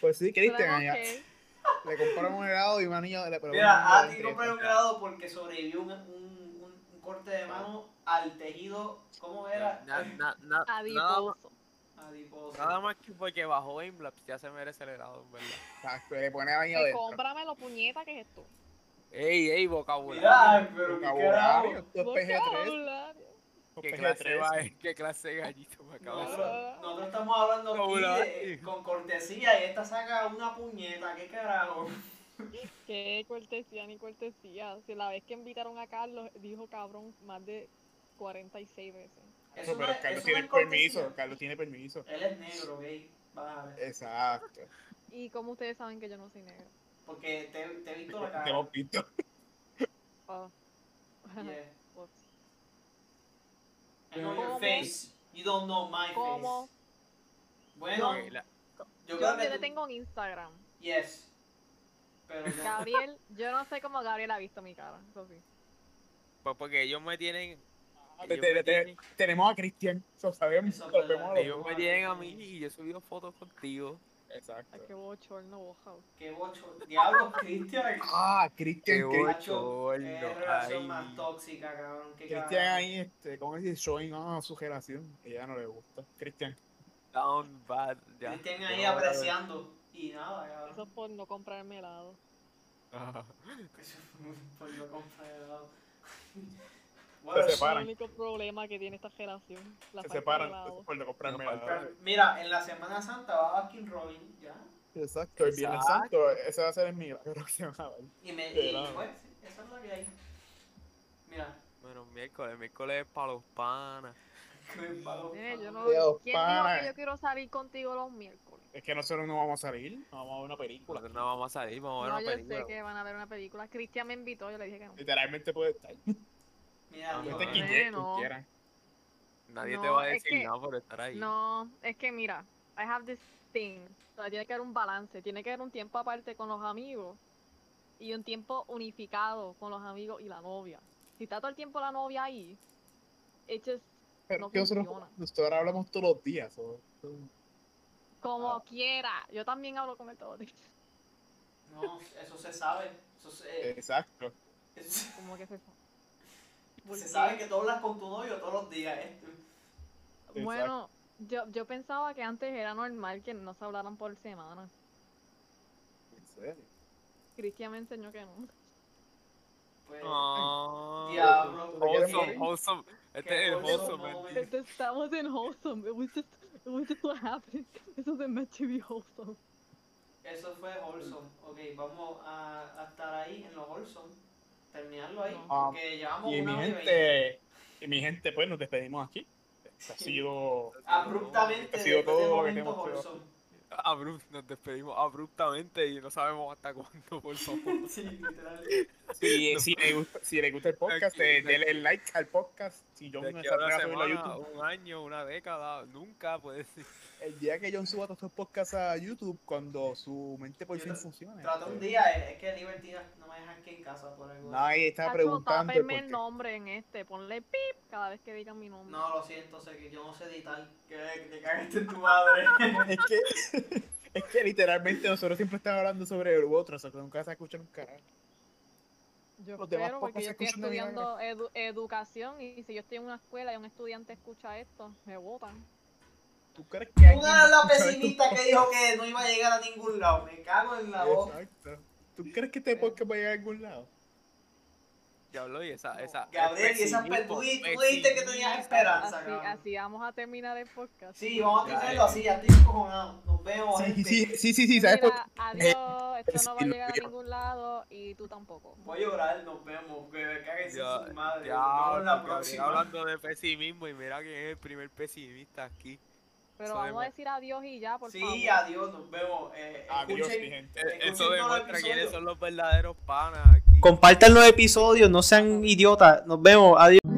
D: pues sí,
C: Pero
D: Cristian,
C: I'm
D: ya-
C: okay.
D: le compraron un helado y un anillo. Le, pero
A: Mira,
D: un anillo
A: a ti
D: de
A: compré un
D: Cristian.
A: grado porque sobrevivió un, un- un- un corte
C: Ah.
A: de mano al tejido, ¿cómo era?
G: na- na- na- nada, más-
C: Adiposo.
A: Adiposo.
G: nada más que porque bajó Aimlabs ya se merece el helado, en verdad.
D: Exacto, le pone anillo
C: Pues
D: adentro.
C: cómprame lo puñeta que es esto.
G: Ey, ey, vocabulario.
A: Mira, pero qué
D: Vocabulario,
A: grado.
D: esto es PG-13.
C: Vocabulario.
D: esto
G: ¿Qué
D: es
G: clase,
D: PG-13.
G: va- qué clase de gallito me acabo de
A: Nosotros,
G: sacar.
C: Cabrón.
A: nosotros estamos hablando aquí de-
G: Cabrón.
A: con cortesía y esta saca una puñeta, qué carajo.
C: Qué cortesía ni cortesía. Si la vez que invitaron a Carlos dijo cabrón más de 46 veces.
A: Eso no
D: pero
A: es-
D: Carlos
A: eso
D: tiene
A: no es cortesía.
D: permiso, Carlos tiene permiso.
A: Él es negro, gay. Vale.
D: Exacto.
C: Y como ustedes saben que yo no soy negra.
A: Porque te, te he visto la
D: Te
A: cara.
D: hemos visto.
C: Oh.
A: Yeah.
C: Ups.
A: I know your
C: ¿Cómo?
A: face. You don't know my
C: ¿Cómo?
A: face. Bueno,
G: Ok, la-
A: yo
C: Yo,
A: creo
C: yo
A: que.
C: te
A: tú-
C: tengo en Instagram.
A: Yes. Pero no.
C: Gabriel, yo no sé cómo Gabriel ha visto mi cara. Eso sí.
G: pues porque ellos me tienen,
A: Ah,
D: Te-
G: ellos
D: te-
G: me
D: te-
G: tienen,
D: Tenemos a Cristian, eso sabemos,
A: Eso es
D: lo
A: verdad.
D: vemos a los
G: ellos me tienen a mí y yo he subido fotos contigo.
D: dos. Exacto.
C: Ay, qué bochorno, wow.
A: Qué bocho. Diablo, Cristian.
D: Ah, Cristian,
G: Qué
D: Cri-
A: Macho, Qué
G: bochorno,
A: relación
G: ay.
A: más tóxica, cabrón. Qué
D: Cristian
A: cabrón.
D: ahí, este, ¿cómo es decir? Showing a su relación, que ya no le gusta. Cristian,
G: Down bad, ya.
A: Cristian
G: Yo
A: ahí
G: no voy a ver.
A: apreciando. Y nada, cabrón.
C: Eso es por no comprarme helado.
G: Ajá.
A: Eso fue por lo comprado.
D: Se
A: Bueno,
D: separa.
C: Es el
D: Separan.
C: único problema que tiene esta generación. La falta
D: se
C: de
D: separan
C: helado.
D: por no comprarme
G: No,
D: la-
A: pero mira, en la Semana Santa va a Baskin Robin, ¿ya?
D: Exacto, el Viernes
G: Exacto.
D: Santo, ese va a ser el mío, la próxima vez.
A: Y me
D: Qué
A: y,
D: bravo.
A: pues, esa es la que hay. Mira,
G: Bueno, miércoles, miércoles es para los panas.
A: me pagó.
C: Eh, yo no,
D: Dios,
C: ¿Quién dijo
D: pana.
C: que yo quiero salir contigo los miércoles?
D: Es que nosotros no vamos a salir, vamos a ver una película.
G: Nosotros no vamos a salir, vamos a
C: No,
G: ver una
C: yo
G: película.
C: sé que van a ver una película. Cristian me invitó, yo le dije que no.
D: Literalmente puede estar. Este
A: Mira,
G: Ah,
A: digo,
D: Vete
G: no.
D: quien
A: eh,
D: llegue, quien
C: Bueno.
D: quiera.
G: Nadie te
C: No,
G: va a
C: es
G: decir
C: que-
G: nada por estar ahí.
C: No, es que mira, I have this thing. O sea, tiene que haber un balance, tiene que haber un tiempo aparte con los amigos y un tiempo unificado con los amigos y la novia. Si está todo el tiempo la novia ahí, it's just
D: Pero
C: No
D: que nosotros,
C: funciona.
D: nosotros ahora hablamos todos los días. o-
C: Como
D: Ah.
C: quiera. Yo también hablo con el todo.
A: No, eso se sabe. Eso se,
G: Eh.
D: Exacto.
A: eso
C: Como que se...
A: se sabe que tú hablas con tu novio todos los días. ¿eh?
C: Bueno, yo, yo pensaba que antes era normal que no se hablaran por semana.
D: En serio.
C: Cristian me enseñó que no.
A: Pues,
G: Ah,
A: Diablo.
G: Wholesome,
A: Qué-
G: wholesome. Este es el
A: wholesome
G: wholesome.
A: moment.
C: It just- that wasn't wholesome. It was just, it was just what happened. This wasn't meant to be wholesome.
A: Eso fue wholesome. Ok, vamos a, a estar ahí en los wholesome. Terminarlo ahí.
C: No.
D: Ah,
A: Porque llevamos
D: Y
A: una
D: mi
A: hora y veinte.
D: gente, y mi gente, pues nos despedimos aquí. Ha sido
A: Abruptamente.
D: Ha sido
A: después de
D: todo lo que
A: momento
D: tenemos que hacer.
A: wholesome.
G: Abrupt, nos despedimos abruptamente y no sabemos hasta cuándo, por favor.
A: Sí, literal.
D: Si, si, le gusta, si le gusta el podcast,
G: Aquí,
D: eh,
G: de-
D: denle like al podcast. Si John
G: De
D: no
G: aquí
D: está
G: a una
D: atrás subirlo a
G: semana,
D: YouTube,
G: un año, una década, nunca puede ser.
D: el día que John suba todos estos podcasts a YouTube, cuando su mente por
A: Yo
D: fin
A: tra-
D: funcione.
A: Trata un
D: este,
A: día, eh, es que Liberty no me deja aquí en casa por algo.
D: Nadie está
C: Tacho,
D: preguntando.
C: tápenme
D: porque-
C: el nombre en este. Ponle pip cada vez que digan mi nombre.
A: No, lo siento, sé que yo no sé editar. Que, que te cagaste en tu madre.
D: Es que, es que literalmente nosotros siempre estamos hablando sobre el otro, o sea, que nunca se escucha un carajo.
C: Yo
D: Los demás
C: espero, porque
D: podcasts
C: yo estoy
D: escuchan de milagro.
C: estudiando edu- educación y si yo estoy en una escuela y un estudiante escucha esto, me botan.
D: ¿Tú crees que alguien
A: Tú
D: va
A: eres
D: a
A: la
D: escuchar
A: pesimista
D: tu
A: que dijo que no iba a llegar a ningún lado. Me cago en la voz.
D: podcast? Exacto. ¿Tú crees que este podcast va a llegar a algún lado?
G: Ya habló y esa, esa.
A: Gabriel, y esas pe- tú, di- tú dijiste que tenías esperanza,
C: Así,
A: cabrón.
C: así vamos a terminar el podcast.
A: Sí, vamos a
D: Ya,
A: terminarlo
D: eh.
A: así, ya estoy encojonado. Nos vemos, este.
D: Sí,
A: gente.
D: sí, sí, sí, sí, ¿sabes por qué?
C: Mira, adiós, esto no va a
D: sí, lo
C: llegar a
D: quiero.
C: ningún lado y tú tampoco.
A: Voy a llorar, nos vemos. Que me cagues en su madre. nos vemos en
G: Ya,
A: la
G: porque Gabriel
A: próxima.
G: hablando de pesimismo y mira quién es el primer pesimista aquí.
C: Pero
G: Eso
C: vamos a
G: es-
C: decir adiós y ya, por favor.
A: Sí, adiós, nos vemos. Eh,
D: Adiós,
A: escuchen-
D: Ah, mi gente.
A: Escuchen
G: Eso
A: todo el
G: demuestra
A: episodio.
G: quiénes son los verdaderos panas aquí.
A: Compartan los episodios, no sean idiotas. Nos vemos, adiós.